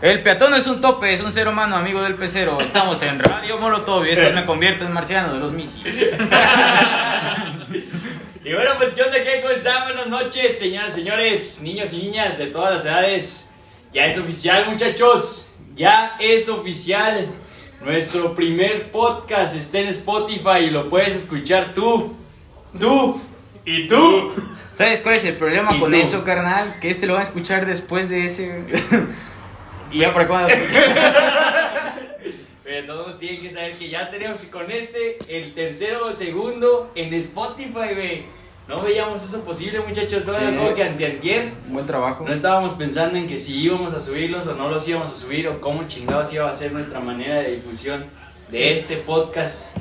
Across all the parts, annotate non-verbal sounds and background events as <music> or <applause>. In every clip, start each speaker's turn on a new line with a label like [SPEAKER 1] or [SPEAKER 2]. [SPEAKER 1] El peatón es un tope, es un ser humano, amigo del pecero. Estamos en Radio Molotov y
[SPEAKER 2] Eh.
[SPEAKER 1] esto me convierte en marciano de los misis.
[SPEAKER 2] Y bueno, pues, ¿qué onda? ¿Qué? ¿Cómo están? Buenas noches, señoras, señores, niños y niñas de todas las edades. Ya es oficial, muchachos. Ya es oficial. Nuestro primer podcast está en Spotify y lo puedes escuchar tú. Tú.
[SPEAKER 3] ¿Y tú?
[SPEAKER 1] ¿Sabes cuál es el problema
[SPEAKER 2] ¿Y
[SPEAKER 1] con
[SPEAKER 2] tú?
[SPEAKER 1] eso, carnal? Que este lo van a escuchar después de ese.
[SPEAKER 2] <laughs>
[SPEAKER 1] y ya para cuando.
[SPEAKER 2] Pero todos tienen que saber que ya tenemos con este el tercero o segundo en Spotify, güey. No veíamos eso posible, muchachos. Todo
[SPEAKER 1] Sí.
[SPEAKER 2] era como que anteantier.
[SPEAKER 1] Buen trabajo.
[SPEAKER 2] No estábamos pensando en que si íbamos a subirlos o no los íbamos a subir o cómo chingados iba a ser nuestra manera de difusión de este podcast.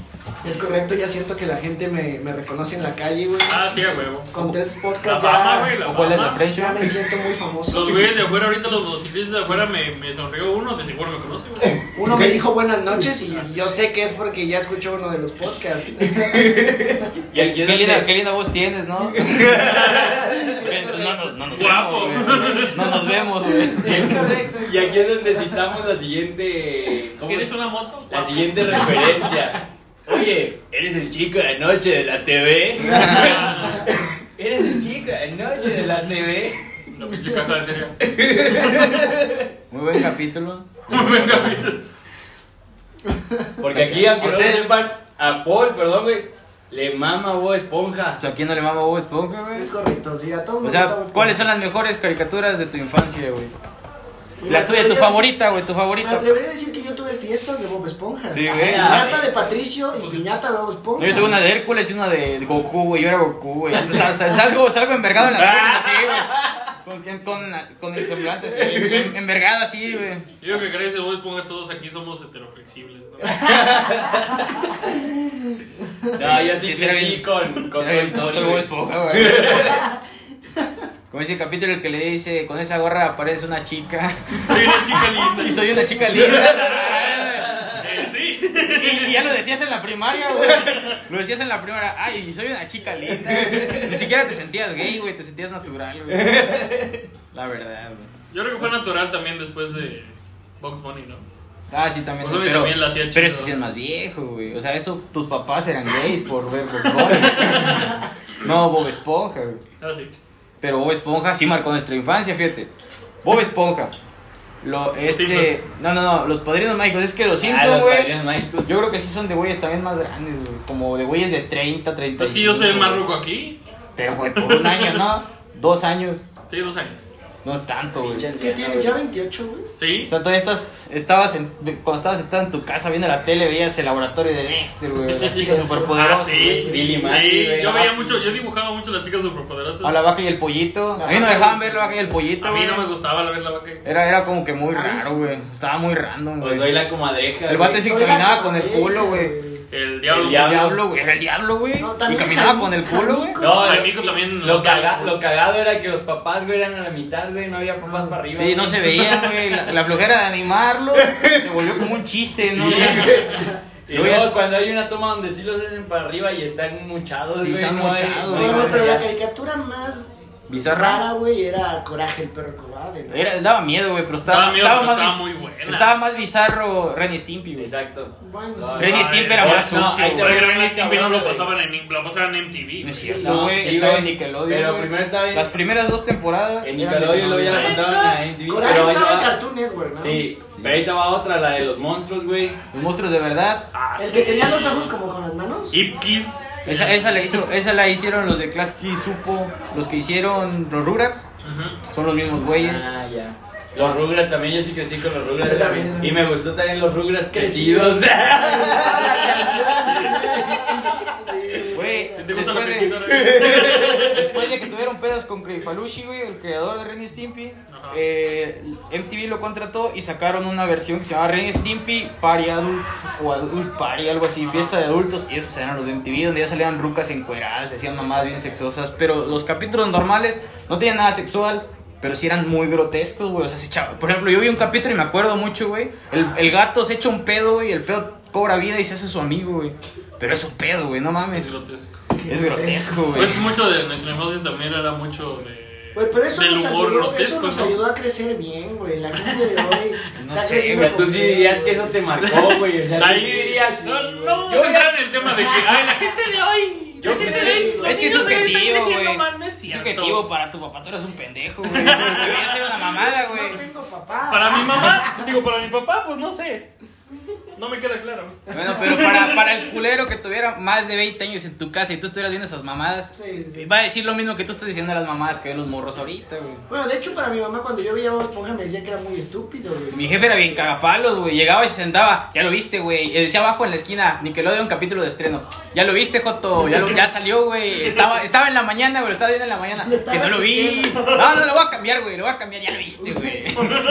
[SPEAKER 4] Es correcto, ya siento que la gente me, me reconoce en la calle, güey.
[SPEAKER 3] Ah, sí, a huevo.
[SPEAKER 4] Con tres
[SPEAKER 3] La
[SPEAKER 4] podcasts
[SPEAKER 3] fama, güey,
[SPEAKER 4] Pues ya,
[SPEAKER 3] la
[SPEAKER 1] ¿O cuál es la
[SPEAKER 3] fama.
[SPEAKER 4] ya
[SPEAKER 1] prensa?
[SPEAKER 4] me siento muy famoso.
[SPEAKER 3] Los güeyes de afuera, ahorita los motociclistas de afuera me, me sonrió uno, de seguro me conoce,
[SPEAKER 4] <laughs>
[SPEAKER 3] güey.
[SPEAKER 4] Uno me dijo buenas noches y yo sé que es porque ya escuchó uno de los
[SPEAKER 3] <laughs>
[SPEAKER 4] podcasts.
[SPEAKER 2] Y aquí
[SPEAKER 1] Qué
[SPEAKER 2] es donde-
[SPEAKER 1] linda, qué linda voz tienes,
[SPEAKER 2] <laughs>
[SPEAKER 1] ¿no? no, nos- no nos
[SPEAKER 3] Guapo.
[SPEAKER 1] vemos, güey. No nos vemos, güey.
[SPEAKER 4] es correcto.
[SPEAKER 2] y aquí es donde citamos la siguiente. ¿cómo
[SPEAKER 3] ¿Quieres
[SPEAKER 2] es?
[SPEAKER 3] una moto?
[SPEAKER 2] La siguiente referencia. Oye, eres el chico de la noche de la TV. eres el chico de la noche de la TV.
[SPEAKER 3] La pinche caca, en serio.
[SPEAKER 1] Muy buen capítulo.
[SPEAKER 2] Porque aquí, aunque no lo
[SPEAKER 1] Ustedes-
[SPEAKER 2] sepan, a Paul, perdón, güey, le mama Bob Esponja.
[SPEAKER 1] O sea, Pues, ¿a quién no le mama Bob Esponja, güey?
[SPEAKER 4] Es correcto, sí, a todo
[SPEAKER 1] O sea, ¿cuáles son las mejores caricaturas de tu infancia, güey? La tuya, tu favorita, güey, tu
[SPEAKER 4] Me
[SPEAKER 1] favorita.
[SPEAKER 4] atrevería a decir que yo tuve fiestas de Bob Esponja.
[SPEAKER 1] Sí, güey.
[SPEAKER 4] Piñata de Patricio
[SPEAKER 3] Pues
[SPEAKER 4] y piñata de Bob
[SPEAKER 1] No,
[SPEAKER 4] Esponja.
[SPEAKER 1] yo tuve una de Hércules y una de Goku, güey. Yo era Goku, güey. O sea, sal- Salgo, salgo envergado en la escuela, así, güey. Con, con, la- con el semblante, así, en- envergado así, güey.
[SPEAKER 3] Yo que crees que vos pongas todos aquí somos heteroflexibles, ¿no? <laughs>
[SPEAKER 2] No, yo sí
[SPEAKER 1] Sí, será
[SPEAKER 2] crecí
[SPEAKER 1] bien.
[SPEAKER 2] con, con
[SPEAKER 1] Era
[SPEAKER 2] Toy
[SPEAKER 1] bien
[SPEAKER 2] Story,
[SPEAKER 1] puto Bob
[SPEAKER 2] güey.
[SPEAKER 1] Esponja, güey. Como ese capítulo que le dice, con esa gorra aparece una chica. <laughs>
[SPEAKER 3] Soy una chica linda.
[SPEAKER 1] Y soy una chica linda.
[SPEAKER 2] <laughs>
[SPEAKER 3] Eh, sí.
[SPEAKER 1] Y, y ya lo decías en la primaria, güey. Lo decías en la primaria. Ay, soy una chica linda. Ni siquiera te sentías gay, güey. Te sentías natural, güey. La verdad, güey.
[SPEAKER 3] Yo creo que fue natural también después de Box Bunny, ¿no?
[SPEAKER 1] Ah, sí, también.
[SPEAKER 3] Pues,
[SPEAKER 1] pero
[SPEAKER 3] también la hacía
[SPEAKER 1] pero
[SPEAKER 3] chido.
[SPEAKER 1] eso sí es más viejo, güey. O sea, eso tus papás eran gays por ver Bob
[SPEAKER 3] <laughs>
[SPEAKER 1] Esponja. No, Bob Esponja, güey.
[SPEAKER 3] Ah, sí.
[SPEAKER 1] Pero Bob Esponja sí marcó nuestra infancia, fíjate. Bob Esponja. Lo, este,
[SPEAKER 3] Simpson.
[SPEAKER 1] no, no, no, los padrinos mágicos. Es que los
[SPEAKER 2] Ah,
[SPEAKER 1] Simpsons,
[SPEAKER 2] los
[SPEAKER 1] güey.
[SPEAKER 2] padrinos mágicos.
[SPEAKER 1] Yo creo que sí son de güeyes también más grandes, güey. Como de güeyes de 30, 30.
[SPEAKER 3] Entonces, Pues sí, yo soy el más ruco aquí.
[SPEAKER 1] Pero, güey, por un año, ¿no? Dos años.
[SPEAKER 3] Sí, dos años.
[SPEAKER 1] No es tanto, güey.
[SPEAKER 2] Pinche-
[SPEAKER 4] ¿Qué tienes? ¿Ya 28, güey?
[SPEAKER 1] O
[SPEAKER 3] Sí.
[SPEAKER 1] sea, todavía estás, estabas en, cuando estabas sentado en tu casa viendo la tele, veías el laboratorio de Dexter, güey, la chica superpoderosa.
[SPEAKER 3] Ah, sí.
[SPEAKER 1] güey.
[SPEAKER 2] Billy
[SPEAKER 3] Sí,
[SPEAKER 2] Matty, güey.
[SPEAKER 3] yo veía mucho, yo dibujaba mucho las chicas superpoderosas.
[SPEAKER 1] A la vaca y el pollito. A mí no dejaban ver la vaca y el pollito,
[SPEAKER 3] A mí no
[SPEAKER 1] güey.
[SPEAKER 3] me gustaba la ver la vaca.
[SPEAKER 1] Era, era como que muy
[SPEAKER 4] A mí
[SPEAKER 1] raro,
[SPEAKER 4] Ah, sí.
[SPEAKER 1] güey. Estaba muy random, güey.
[SPEAKER 2] Pues soy la comadreja.
[SPEAKER 1] El
[SPEAKER 2] güey.
[SPEAKER 1] vato es- Sí,
[SPEAKER 4] Soy la
[SPEAKER 1] caminaba con el
[SPEAKER 4] comadreja,
[SPEAKER 1] culo, güey.
[SPEAKER 3] El diablo.
[SPEAKER 2] El
[SPEAKER 1] El
[SPEAKER 2] diablo.
[SPEAKER 1] diablo, güey. Era el diablo, güey.
[SPEAKER 4] No,
[SPEAKER 1] y
[SPEAKER 4] también
[SPEAKER 1] caminaba
[SPEAKER 4] Jam-
[SPEAKER 1] con el culo, güey.
[SPEAKER 4] Jamico.
[SPEAKER 2] No,
[SPEAKER 3] Ay,
[SPEAKER 2] lo-
[SPEAKER 3] mico también
[SPEAKER 2] Lo,
[SPEAKER 3] no sabe.
[SPEAKER 2] caga- lo cagado era que los papás, güey, eran a la mitad, güey. No había papás para arriba.
[SPEAKER 1] Sí, no se veía, <laughs> güey. La, la flojera de animarlo se volvió como un chiste, ¿no? <laughs>
[SPEAKER 2] Sí. Y
[SPEAKER 1] Yo ya-
[SPEAKER 2] luego cuando hay una toma donde sí los hacen para arriba y están muchados,
[SPEAKER 1] Sí,
[SPEAKER 2] güey.
[SPEAKER 1] están
[SPEAKER 2] no hay-
[SPEAKER 1] muchados,
[SPEAKER 2] no hay
[SPEAKER 1] güey.
[SPEAKER 4] No, güey,
[SPEAKER 2] más
[SPEAKER 4] pero la
[SPEAKER 2] allá.
[SPEAKER 4] caricatura más rara,
[SPEAKER 1] Bizarra.
[SPEAKER 4] güey, era Coraje el perro cobarde, ¿no?
[SPEAKER 1] Era, daba miedo, güey, pero estaba,
[SPEAKER 3] Daba miedo, pero
[SPEAKER 1] más
[SPEAKER 3] estaba
[SPEAKER 1] biz-
[SPEAKER 3] muy buena.
[SPEAKER 1] Estaba más bizarro Ren y Stimpy, güey.
[SPEAKER 2] Exacto.
[SPEAKER 4] Bueno,
[SPEAKER 2] No,
[SPEAKER 4] sí.
[SPEAKER 1] Ren y
[SPEAKER 3] Ay,
[SPEAKER 1] Stimpy era
[SPEAKER 3] no,
[SPEAKER 1] más
[SPEAKER 2] no,
[SPEAKER 1] sucio,
[SPEAKER 2] ahí
[SPEAKER 1] güey.
[SPEAKER 2] te
[SPEAKER 3] Pero
[SPEAKER 2] Era
[SPEAKER 3] el Gran
[SPEAKER 2] más
[SPEAKER 3] Stimpy no lo
[SPEAKER 2] cabrón,
[SPEAKER 3] pasaban en Nickelodeon, lo pasaban en MTV.
[SPEAKER 1] No es
[SPEAKER 3] güey.
[SPEAKER 1] cierto,
[SPEAKER 4] No,
[SPEAKER 1] güey.
[SPEAKER 2] sí,
[SPEAKER 1] estaba en
[SPEAKER 2] güey.
[SPEAKER 1] Nickelodeon.
[SPEAKER 2] Pero
[SPEAKER 1] güey.
[SPEAKER 2] primero estaba en-
[SPEAKER 1] Las primeras dos temporadas.
[SPEAKER 2] En
[SPEAKER 1] eran
[SPEAKER 2] Nickelodeon luego ya la
[SPEAKER 1] Nickelodeon.
[SPEAKER 2] contaban en MTV.
[SPEAKER 4] Coraje
[SPEAKER 2] Pero ahí
[SPEAKER 4] estaba en
[SPEAKER 2] va.
[SPEAKER 4] Cartoon Network, ¿no?
[SPEAKER 2] Sí, pero ahí te va otra, la de los monstruos, güey.
[SPEAKER 1] Los monstruos de verdad.
[SPEAKER 3] Ah,
[SPEAKER 4] El que
[SPEAKER 3] sí.
[SPEAKER 4] tenía los ojos como con las <laughs> manos.
[SPEAKER 3] Ipkiss.
[SPEAKER 1] Esa, esa, la hizo, esa la hicieron los de Class Key Supo. Los que hicieron los Rugrats.
[SPEAKER 3] Ujú.
[SPEAKER 1] Son los mismos güeyes.
[SPEAKER 2] Ah, ya. Los Rugrats también, yo sí crecí con los Rugrats.
[SPEAKER 4] Yo también,
[SPEAKER 2] güey. Y me gustó también los Rugrats
[SPEAKER 4] Crecidos.
[SPEAKER 2] crecidos.
[SPEAKER 1] Güey,
[SPEAKER 3] ¿Te gusta la
[SPEAKER 1] después de,
[SPEAKER 4] <laughs>
[SPEAKER 3] Pepsi <laughs> Dora?
[SPEAKER 1] después de que tuvieron pedos con Craig Falushi, güey, el creador de Ren y Stimpy,
[SPEAKER 3] Ajá.
[SPEAKER 1] eh, MTV lo contrató y sacaron una versión que se llamaba Ren y Stimpy Party Adult o Adult Party, algo así, fiesta de adultos, y esos eran los de MTV, donde ya salían rucas encueradas, se hacían mamadas bien sexosas, pero los capítulos normales no tenían nada sexual. Pero sí eran muy grotescos, güey. O sea, se echaba- Por ejemplo, yo vi un capítulo y me acuerdo mucho, güey. El, el gato se echa un pedo, güey. El pedo cobra vida y se hace su amigo, güey. Pero es un pedo, güey. No mames.
[SPEAKER 3] Es grotesco.
[SPEAKER 1] Es grotesco, güey.
[SPEAKER 3] Pues mucho de nuestra infancia también era mucho de
[SPEAKER 4] Güey, pero eso
[SPEAKER 3] Del
[SPEAKER 4] nos,
[SPEAKER 3] humor
[SPEAKER 4] ayudó,
[SPEAKER 3] grotesco,
[SPEAKER 4] eso nos
[SPEAKER 3] ¿no?
[SPEAKER 4] ayudó a crecer bien, güey. La gente de hoy
[SPEAKER 1] No
[SPEAKER 4] está
[SPEAKER 1] sé,
[SPEAKER 2] O
[SPEAKER 4] creciendo
[SPEAKER 2] sea, tú
[SPEAKER 4] con
[SPEAKER 2] sí
[SPEAKER 4] miedo,
[SPEAKER 2] dirías que
[SPEAKER 4] güey.
[SPEAKER 2] eso te marcó, güey. O sea, tú sí
[SPEAKER 3] Ahí
[SPEAKER 2] dirías.
[SPEAKER 3] No, no vamos
[SPEAKER 2] Yo
[SPEAKER 3] a entrar en el tema de que. Ay, la gente de hoy.
[SPEAKER 2] Yo
[SPEAKER 3] la gente
[SPEAKER 2] qué sé,
[SPEAKER 3] de hoy,
[SPEAKER 4] güey.
[SPEAKER 3] los
[SPEAKER 1] pues Es que es
[SPEAKER 3] niños de hoy están
[SPEAKER 1] subjetivo,
[SPEAKER 3] creciendo
[SPEAKER 1] güey.
[SPEAKER 3] más, no es
[SPEAKER 1] Es
[SPEAKER 3] cierto.
[SPEAKER 1] subjetivo para tu papá, tú eres un pendejo, <laughs> güey. Debería ser una mamada, güey.
[SPEAKER 4] No tengo papá.
[SPEAKER 3] Para mi mamá, digo, para mi papá, pues no sé. No me queda claro.
[SPEAKER 4] pues,
[SPEAKER 1] Bueno, pero
[SPEAKER 4] <laughs>
[SPEAKER 1] para, para el culero que tuviera más de 20 años en tu casa y tú estuvieras viendo esas mamadas,
[SPEAKER 4] Sí, sí.
[SPEAKER 1] va a decir lo mismo que tú estás diciendo a las mamadas que ven los morros ahorita, güey.
[SPEAKER 4] Bueno, de hecho, para mi mamá, cuando yo veía Bob Esponja, me decía que era muy estúpido, güey.
[SPEAKER 1] Mi jefe era bien cagapalos, güey. Llegaba y se sentaba. Ya lo viste, güey. Y decía abajo en la esquina, Nickelodeon capítulo de estreno. Ya lo viste, Joto. Ya, lo- ya salió, güey. Estaba, estaba en la mañana, güey. Lo estaba viendo en la mañana.
[SPEAKER 4] Lo estaba
[SPEAKER 1] Que no lo vi.
[SPEAKER 4] viendo.
[SPEAKER 1] No, no, lo voy a cambiar, güey. Lo voy a cambiar. Ya lo viste, güey.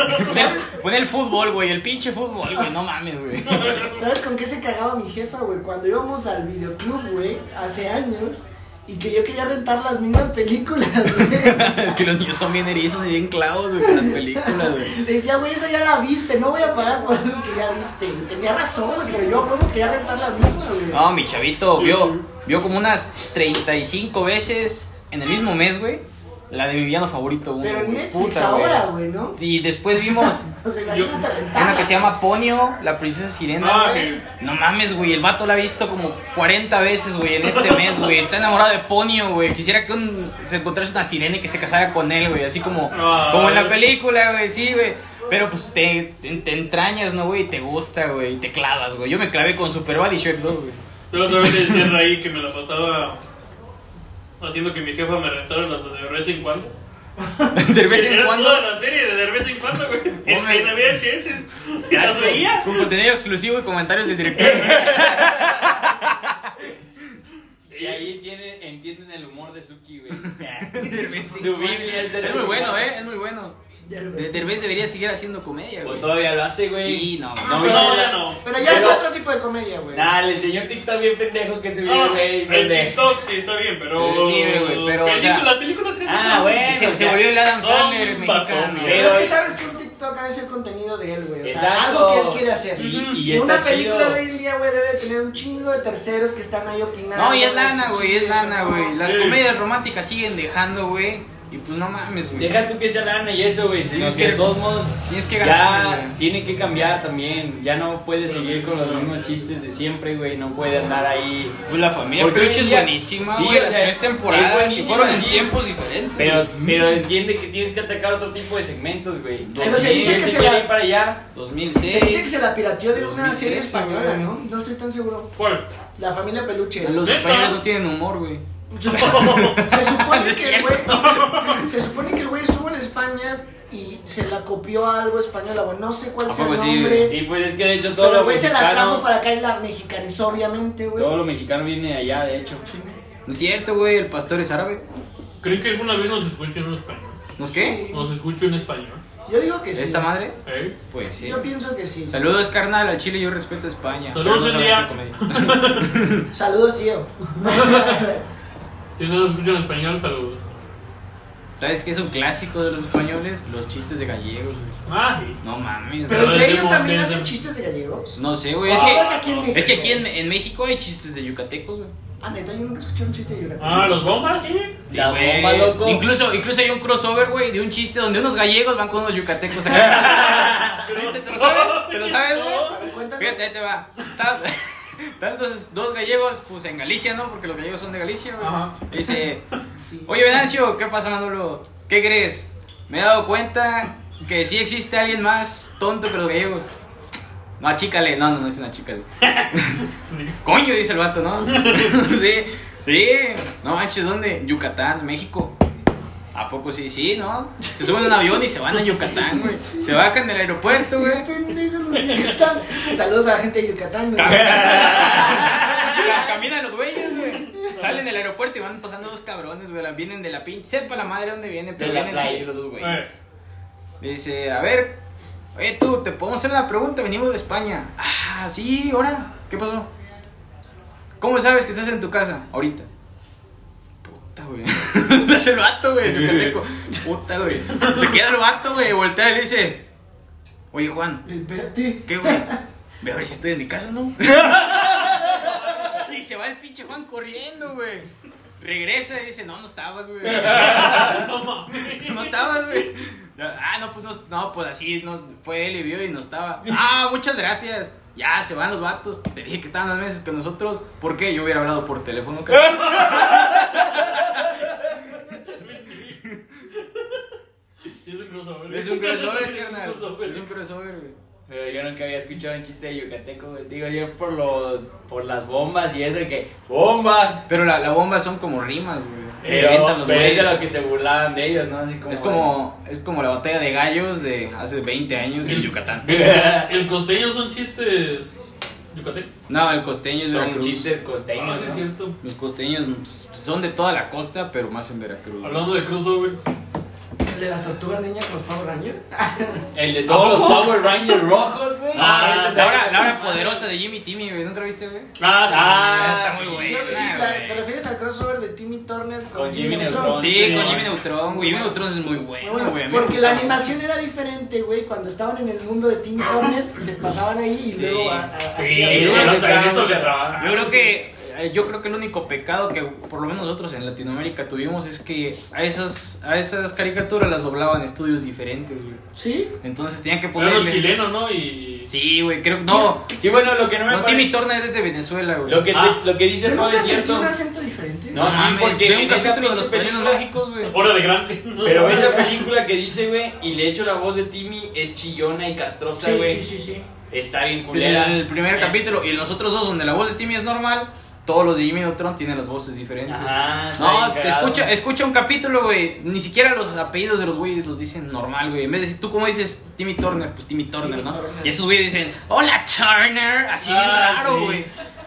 [SPEAKER 1] Pon- Pon el fútbol, güey. El pinche fútbol, güey. No mames, güey. <laughs>
[SPEAKER 4] ¿Sabes con qué se cagaba mi jefa, güey? Cuando íbamos al videoclub, güey, hace años, y que yo quería rentar las mismas películas, güey.
[SPEAKER 1] <laughs> Es que los niños son bien erizos y bien clavos, güey, con las películas, güey.
[SPEAKER 4] Decía, güey, esa ya la viste, no voy a pagar por algo que ya viste. Y tenía razón, güey, pero yo, güey, quería rentar la misma, güey.
[SPEAKER 1] No, mi chavito vio, vio como unas 35 veces en el mismo mes, güey. La de mi villano favorito, güey.
[SPEAKER 4] Pero en Netflix
[SPEAKER 1] Puta,
[SPEAKER 4] ahora, güey, ¿no?
[SPEAKER 1] Y después vimos
[SPEAKER 4] O sea, imagínate rentarla.
[SPEAKER 1] una que se llama Ponio, la princesa sirena,
[SPEAKER 3] Ah,
[SPEAKER 1] güey.
[SPEAKER 3] sí.
[SPEAKER 1] No mames, güey, el vato la ha visto como 40 veces, güey, en este mes, güey. Está enamorado de Ponio, güey. Quisiera que un- se encontrase una sirena y que se casara con él, güey. Así como,
[SPEAKER 3] Ay.
[SPEAKER 1] como en la película, güey, sí, güey. Pero pues te, te, te entrañas, ¿no, güey? Y Te gusta, güey. Y te clavas, güey. Yo me clavé con Superbad y Shrek 2,
[SPEAKER 3] <laughs>
[SPEAKER 1] güey.
[SPEAKER 3] Yo la otra vez le decía a Raí que me la pasaba haciendo que mi jefa me rentara las de vez en cuando.
[SPEAKER 1] De vez en
[SPEAKER 3] Era
[SPEAKER 1] cuando.
[SPEAKER 3] toda la serie de de vez en cuando,
[SPEAKER 1] <laughs>
[SPEAKER 3] güey. En,
[SPEAKER 1] Hombre.
[SPEAKER 3] en la VHS. ¿Se las veía?
[SPEAKER 1] <laughs> Con contenido exclusivo y comentarios del
[SPEAKER 3] <laughs>
[SPEAKER 1] director.
[SPEAKER 2] Y ahí tienen, entienden el humor de Suki, güey.
[SPEAKER 1] Derbez
[SPEAKER 2] Su Biblia es de
[SPEAKER 1] Es
[SPEAKER 2] vez
[SPEAKER 1] muy
[SPEAKER 2] en
[SPEAKER 1] bueno,
[SPEAKER 2] cuando.
[SPEAKER 1] eh. Es muy bueno. De- Derbez debería seguir haciendo comedia, güey.
[SPEAKER 2] Pues todavía lo hace, güey.
[SPEAKER 1] Sí, no,
[SPEAKER 4] Ah,
[SPEAKER 1] no.
[SPEAKER 4] pero-
[SPEAKER 3] no, ya no.
[SPEAKER 4] Pero ya es
[SPEAKER 2] Pero-
[SPEAKER 4] otro tipo de comedia, güey.
[SPEAKER 2] Nah, le enseñó un TikTok bien pendejo que subió,
[SPEAKER 3] No,
[SPEAKER 2] güey.
[SPEAKER 3] el
[SPEAKER 2] pendejo.
[SPEAKER 3] TikTok sí está bien, pero.
[SPEAKER 1] Sí, güey, pero, o sea-
[SPEAKER 3] Película, la película tiene
[SPEAKER 2] Ah,
[SPEAKER 3] razón.
[SPEAKER 2] güey.
[SPEAKER 1] Se,
[SPEAKER 2] o
[SPEAKER 1] se
[SPEAKER 2] sea,
[SPEAKER 1] volvió el Adam
[SPEAKER 3] son
[SPEAKER 1] Sandler
[SPEAKER 3] basofia.
[SPEAKER 1] mexicano.
[SPEAKER 4] Pero es
[SPEAKER 2] Pero-
[SPEAKER 4] que sabes que un TikTok ha de ser contenido de él, güey. O sea,
[SPEAKER 2] Exacto.
[SPEAKER 4] algo que él quiere hacer.
[SPEAKER 2] Y, y
[SPEAKER 4] Y
[SPEAKER 2] está
[SPEAKER 4] una película
[SPEAKER 2] chido.
[SPEAKER 4] de hoy en día, güey, debe de tener un chingo de terceros que están ahí opinando.
[SPEAKER 1] No, y es lana,
[SPEAKER 4] Sí,
[SPEAKER 1] güey, es
[SPEAKER 4] eso,
[SPEAKER 1] lana,
[SPEAKER 4] ¿no?
[SPEAKER 1] güey. Las
[SPEAKER 3] Sí.
[SPEAKER 1] comedias románticas siguen dejando, güey. Y pues no mames, güey.
[SPEAKER 2] Deja tú que sea lana y eso, güey. Si
[SPEAKER 1] No,
[SPEAKER 2] es que
[SPEAKER 1] sí.
[SPEAKER 2] de todos modos
[SPEAKER 1] Tienes que ganar,
[SPEAKER 2] ya
[SPEAKER 1] güey.
[SPEAKER 2] tiene que cambiar también. Ya no puede seguir con los mismos chistes de siempre, güey. No puede andar ahí.
[SPEAKER 1] Pues la familia
[SPEAKER 2] Porque
[SPEAKER 1] Peluche
[SPEAKER 2] hoy
[SPEAKER 1] es
[SPEAKER 2] en día-
[SPEAKER 1] buenísima,
[SPEAKER 2] Sí,
[SPEAKER 1] güey.
[SPEAKER 2] o
[SPEAKER 1] Las
[SPEAKER 2] sea,
[SPEAKER 1] tres
[SPEAKER 2] es
[SPEAKER 1] temporadas y
[SPEAKER 2] buenísima,
[SPEAKER 1] fueron en
[SPEAKER 2] sí.
[SPEAKER 1] tiempos diferentes.
[SPEAKER 2] Pero, pero entiende que tienes que atacar otro tipo de segmentos, güey.
[SPEAKER 1] Pero se
[SPEAKER 2] Si
[SPEAKER 1] dice
[SPEAKER 2] él
[SPEAKER 4] que
[SPEAKER 2] se
[SPEAKER 4] se
[SPEAKER 2] quiere
[SPEAKER 4] va-
[SPEAKER 2] ir para allá.
[SPEAKER 4] Se
[SPEAKER 1] 2006.
[SPEAKER 4] dice que se la pirateó de una
[SPEAKER 1] 2013,
[SPEAKER 4] serie española,
[SPEAKER 1] güey.
[SPEAKER 4] ¿no? No estoy tan seguro.
[SPEAKER 3] ¿Cuál?
[SPEAKER 4] La familia Peluche.
[SPEAKER 1] Los
[SPEAKER 3] ¿Neta?
[SPEAKER 1] españoles no tienen humor, güey.
[SPEAKER 4] Se
[SPEAKER 1] <laughs>
[SPEAKER 4] supone
[SPEAKER 1] Es
[SPEAKER 4] que el güey. <laughs> Se supone que el güey estuvo en España y se la copió a algo española, güey. No sé
[SPEAKER 1] ¿A
[SPEAKER 4] cuál sea el
[SPEAKER 1] poco sí,
[SPEAKER 4] nombre.
[SPEAKER 2] Sí, pues es que de hecho todo
[SPEAKER 4] Pero el
[SPEAKER 2] lo
[SPEAKER 4] güey se la trajo
[SPEAKER 2] mexicano.
[SPEAKER 4] para acá y la mexicanizó, obviamente, güey.
[SPEAKER 2] Todo lo mexicano viene de allá, de hecho.
[SPEAKER 1] No es cierto, güey. El pastor es árabe.
[SPEAKER 3] <laughs> ¿Creen que alguna vez nos escuchen en español?
[SPEAKER 1] ¿Nos qué?
[SPEAKER 3] ¿Nos escucho en español?
[SPEAKER 4] Yo digo que sí.
[SPEAKER 1] ¿Esta madre?
[SPEAKER 3] ¿Eh?
[SPEAKER 1] Pues sí.
[SPEAKER 4] Yo pienso que sí.
[SPEAKER 1] Saludos, carnal. Al Chile yo respeto a España.
[SPEAKER 3] Saludos,
[SPEAKER 1] Pero no
[SPEAKER 3] India.
[SPEAKER 1] saben hacer comedia.
[SPEAKER 4] Saludos,
[SPEAKER 1] <laughs>
[SPEAKER 4] tío.
[SPEAKER 3] Si no nos escuchan en español, saludos.
[SPEAKER 1] ¿Sabes qué es un clásico de los españoles? Los chistes de gallegos, güey.
[SPEAKER 3] Ah, sí.
[SPEAKER 1] No mames,
[SPEAKER 4] Pero
[SPEAKER 1] güey.
[SPEAKER 3] Pero
[SPEAKER 4] entre
[SPEAKER 3] desde
[SPEAKER 4] ellos también
[SPEAKER 3] Montes,
[SPEAKER 4] hacen
[SPEAKER 3] ¿no?
[SPEAKER 4] chistes de gallegos.
[SPEAKER 1] No sé, güey. Es
[SPEAKER 4] Ah,
[SPEAKER 1] que,
[SPEAKER 4] pues aquí en México.
[SPEAKER 1] es que aquí en, en México hay chistes de yucatecos, güey.
[SPEAKER 4] Ah, neta, yo nunca escuché un chiste de yucateco.
[SPEAKER 3] Ah, los bombas, sí.
[SPEAKER 1] Sí,
[SPEAKER 2] La
[SPEAKER 1] güey.
[SPEAKER 2] bomba, loco.
[SPEAKER 1] Incluso, incluso hay un crossover, güey, de un chiste donde unos gallegos van con unos yucatecos acá. ¿Te, te lo sabes? ¿Te lo sabes, güey?
[SPEAKER 4] A ver, cuéntame.
[SPEAKER 1] Fíjate, ahí te va. <laughs> Están, están dos, dos gallegos, pues en Galicia, ¿no? Porque los gallegos son de Galicia, güey.
[SPEAKER 3] Ajá.
[SPEAKER 1] Dice,
[SPEAKER 4] Sí.
[SPEAKER 1] oye, Venancio, ¿qué pasa, Manolo? ¿Qué crees? Me he dado cuenta que sí existe alguien más tonto que los gallegos. No, achícale. No, no, no es una achícale. Coño, dice el vato, ¿no? <laughs> sí, sí. No manches, ¿dónde? Yucatán, México. ¿A poco sí? Sí, ¿no? Se suben a un avión y se van a Yucatán, güey. Se bajan del aeropuerto,
[SPEAKER 4] Qué
[SPEAKER 1] güey.
[SPEAKER 4] pendejos los de Yucatán. Saludos a la gente de
[SPEAKER 1] <laughs>
[SPEAKER 4] Yucatán. <laughs> güey.
[SPEAKER 1] Ca- Caminan los güeyes, güey. Salen del aeropuerto y van pasando dos cabrones, güey. La- Vienen de la pinche. Sepa la madre dónde vienen, pero
[SPEAKER 2] De la
[SPEAKER 1] vienen de
[SPEAKER 2] playa.
[SPEAKER 1] ahí los dos güeyes.
[SPEAKER 3] Eh,
[SPEAKER 1] Dice, a ver, oye tú, te podemos hacer una pregunta. Venimos de España. Ah, sí, ahora. ¿Qué pasó? ¿Cómo sabes que estás en tu casa ahorita? Puta, güey. <laughs> es el vato, güey. yucateco. Puta, güey. Se queda el vato, güey. Voltea y le dice, oye, Juan.
[SPEAKER 4] Espérate.
[SPEAKER 1] ¿Qué, güey? Ve a ver si <laughs> estoy en mi casa, ¿no? y se va el pinche Juan corriendo, güey. Regresa y dice, no, no estabas, <laughs> güey.
[SPEAKER 3] No mames.
[SPEAKER 1] No estabas, güey. Ah, no, pues no, no, pues así no, fue él y vio y no estaba. Ah, muchas gracias. Ya, se van los vatos. Te dije que estaban las meses que nosotros. ¿Por qué? Yo hubiera hablado por <laughs> teléfono, cabrón.
[SPEAKER 3] Es un crossover.
[SPEAKER 1] Es un
[SPEAKER 3] <laughs>
[SPEAKER 1] crossover, carnal.
[SPEAKER 3] crossover.
[SPEAKER 1] Es un crossover, güey.
[SPEAKER 2] Pero yo nunca había escuchado un chiste de yucateco, güey. Digo, yo por, lo, por las bombas y eso de que, ¡bomba!
[SPEAKER 1] Pero la, la bomba son como rimas, güey. Se
[SPEAKER 2] Pero,
[SPEAKER 1] avientan los
[SPEAKER 2] pero es de
[SPEAKER 1] güeyes.
[SPEAKER 2] lo que se burlaban de ellos, ¿no? Así como...
[SPEAKER 1] Es como, es como la batalla de gallos de hace 20 años en Yucatán.
[SPEAKER 3] El costeño son chistes yucatecos.
[SPEAKER 1] No, el costeño es de
[SPEAKER 2] <laughs> Son
[SPEAKER 1] Veracruz.
[SPEAKER 2] chistes
[SPEAKER 3] Ah,
[SPEAKER 2] costeños,
[SPEAKER 3] sí es
[SPEAKER 2] ¿no?
[SPEAKER 3] cierto.
[SPEAKER 1] Los costeños son de toda la costa, pero más en Veracruz.
[SPEAKER 3] Hablando de crossovers.
[SPEAKER 4] El de las tortugas niñas con Power Ranger.
[SPEAKER 2] El de todos los Power Rangers rojos, güey.
[SPEAKER 3] Ah,
[SPEAKER 2] Ese
[SPEAKER 1] La hora,
[SPEAKER 2] también.
[SPEAKER 1] la hora poderosa de Jimmy Timmy, güey. ¿No te la viste, güey?
[SPEAKER 3] Ah,
[SPEAKER 1] está muy
[SPEAKER 4] Sí,
[SPEAKER 1] bueno.
[SPEAKER 4] la-
[SPEAKER 1] güey.
[SPEAKER 4] ¿Te refieres al crossover de Timmy Turner con,
[SPEAKER 2] Con Jimmy Neutron.
[SPEAKER 1] Sí,
[SPEAKER 3] Sí,
[SPEAKER 1] con
[SPEAKER 3] güey.
[SPEAKER 1] Jimmy Neutron, güey. Jimmy Neutron es muy
[SPEAKER 4] Muy
[SPEAKER 1] bueno,
[SPEAKER 4] bueno,
[SPEAKER 1] güey. a mí me
[SPEAKER 4] porque
[SPEAKER 1] gusta
[SPEAKER 4] la
[SPEAKER 1] mucho.
[SPEAKER 4] animación era diferente, güey. Cuando estaban en el mundo de Timmy
[SPEAKER 1] <laughs>
[SPEAKER 4] Turner, se pasaban ahí y
[SPEAKER 1] Sí.
[SPEAKER 4] luego a- a-
[SPEAKER 3] Sí,
[SPEAKER 4] así,
[SPEAKER 2] Sí,
[SPEAKER 4] así.
[SPEAKER 2] güey.
[SPEAKER 3] pero hasta en
[SPEAKER 2] está-
[SPEAKER 3] eso le trabaja.
[SPEAKER 1] Yo creo que eh, yo creo que el único pecado que por lo menos nosotros en Latinoamérica tuvimos es que a esas a esas caricaturas las doblaban estudios diferentes, güey.
[SPEAKER 4] ¿Sí?
[SPEAKER 1] Entonces tenían que
[SPEAKER 3] Pero
[SPEAKER 1] ponerle
[SPEAKER 3] los
[SPEAKER 2] <laughs>
[SPEAKER 3] chilenos, ¿no? Y.
[SPEAKER 1] Sí, güey, creo no.
[SPEAKER 2] Sí, bueno, lo que no me
[SPEAKER 1] No
[SPEAKER 2] pare-
[SPEAKER 1] Timmy Turner es de Venezuela, güey.
[SPEAKER 2] Lo que, te-
[SPEAKER 3] Ah.
[SPEAKER 2] lo que dices
[SPEAKER 4] Yo
[SPEAKER 2] no
[SPEAKER 4] nunca
[SPEAKER 2] es
[SPEAKER 4] sentí
[SPEAKER 2] cierto.
[SPEAKER 4] un acento diferente.
[SPEAKER 2] No, sí,
[SPEAKER 1] mames,
[SPEAKER 2] porque
[SPEAKER 1] veo un
[SPEAKER 2] en esa
[SPEAKER 1] capítulo de
[SPEAKER 2] pinche
[SPEAKER 1] los Padrinos
[SPEAKER 2] película-
[SPEAKER 1] Mágicos, güey.
[SPEAKER 3] Hora de grande.
[SPEAKER 2] Pero esa película que dice, güey, y le echo la voz de Timmy es chillona y castrosa,
[SPEAKER 4] Sí,
[SPEAKER 2] güey.
[SPEAKER 4] sí, sí, sí.
[SPEAKER 2] Está bien
[SPEAKER 1] Sí, en
[SPEAKER 2] culera.
[SPEAKER 1] el primer
[SPEAKER 2] Eh,
[SPEAKER 1] capítulo y en los otros dos donde la voz de Timmy es normal, todos los de Jimmy Neutron tienen las voces diferentes.
[SPEAKER 2] Ajá, está
[SPEAKER 1] No,
[SPEAKER 2] bien
[SPEAKER 1] te
[SPEAKER 2] cagado.
[SPEAKER 1] escucha, escucha un capítulo, güey. Ni siquiera los apellidos de los güeyes los dicen normal, güey. En vez de decir, tú cómo dices Timmy Turner, pues Timmy Turner,
[SPEAKER 4] Timmy
[SPEAKER 1] ¿no?
[SPEAKER 4] Turner.
[SPEAKER 1] Y esos güeyes dicen, hola Turner, así bien
[SPEAKER 2] Ah,
[SPEAKER 1] raro,
[SPEAKER 2] sí.
[SPEAKER 1] güey.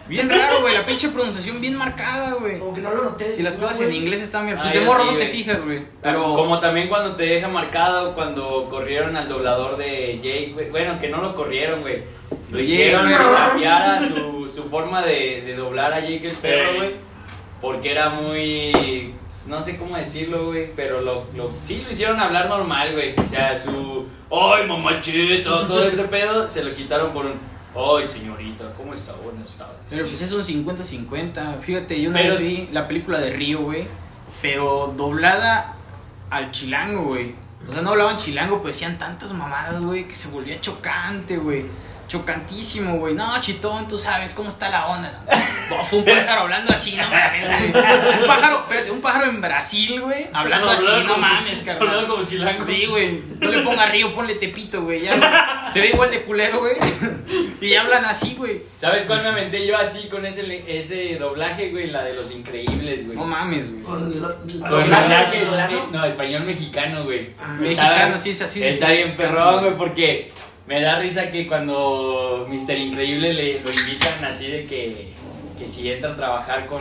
[SPEAKER 1] Bien raro, güey. La pinche pronunciación bien marcada, güey.
[SPEAKER 4] Como que no lo noté.
[SPEAKER 1] Si las
[SPEAKER 4] no,
[SPEAKER 1] cosas en
[SPEAKER 4] güey.
[SPEAKER 1] inglés están bien, pues
[SPEAKER 2] Ah,
[SPEAKER 1] de
[SPEAKER 2] yo
[SPEAKER 1] morro
[SPEAKER 2] sí,
[SPEAKER 1] no te
[SPEAKER 2] güey.
[SPEAKER 1] fijas, güey.
[SPEAKER 2] Pero...
[SPEAKER 1] Pero.
[SPEAKER 2] Como también cuando te deja marcado cuando corrieron al doblador de Jake, güey. Bueno, que no lo corrieron, güey. Lo
[SPEAKER 1] Jake,
[SPEAKER 2] hicieron
[SPEAKER 1] güey.
[SPEAKER 2] cambiar a su, su forma de, de doblar a Jake el perro,
[SPEAKER 3] Sí.
[SPEAKER 2] güey. Porque era muy... No sé cómo decirlo, güey. Pero lo, lo, sí lo hicieron hablar normal, güey. O sea, su... ¡Ay, mamachito! Todo este pedo se lo quitaron por un... ¡Ay, señorita! ¿Cómo está? Buenas tardes.
[SPEAKER 1] Pero pues es un 50-50. Fíjate, yo una
[SPEAKER 2] Pero
[SPEAKER 1] vez vi
[SPEAKER 2] es-
[SPEAKER 1] la película de Río, güey. Pero doblada al chilango, güey. O sea, no hablaban chilango, pero decían tantas mamadas, güey, que se volvía chocante, güey. Chocantísimo, güey. No, chitón, tú sabes cómo está la onda. No, fue un pájaro hablando así, no mames, güey. Un pájaro, espérate, un pájaro en Brasil, güey. Hablando así,
[SPEAKER 3] Hablaba
[SPEAKER 1] no
[SPEAKER 3] como-
[SPEAKER 1] mames,
[SPEAKER 3] Hablaba
[SPEAKER 1] carnal.
[SPEAKER 3] como chilango.
[SPEAKER 1] Sí, güey. No le ponga Río, ponle Tepito, güey. Ya, se ve igual de culero, güey. Y ya hablan así, güey.
[SPEAKER 2] ¿Sabes cuál me aventé yo así con ese, le- ese doblaje, güey? La de Los Increíbles, güey.
[SPEAKER 1] No mames, güey.
[SPEAKER 4] Con lo-
[SPEAKER 2] Con
[SPEAKER 4] con
[SPEAKER 3] el
[SPEAKER 4] la-
[SPEAKER 2] doblaje,
[SPEAKER 3] doblaje,
[SPEAKER 4] venezolano.
[SPEAKER 2] güey. no, español mexicano, güey.
[SPEAKER 1] Ah, Mexicano, sí, es así. de-
[SPEAKER 2] Está bien perrón, güey, porque me da risa que cuando Mister Increíble le, lo invitan así de que, que si entra a trabajar con,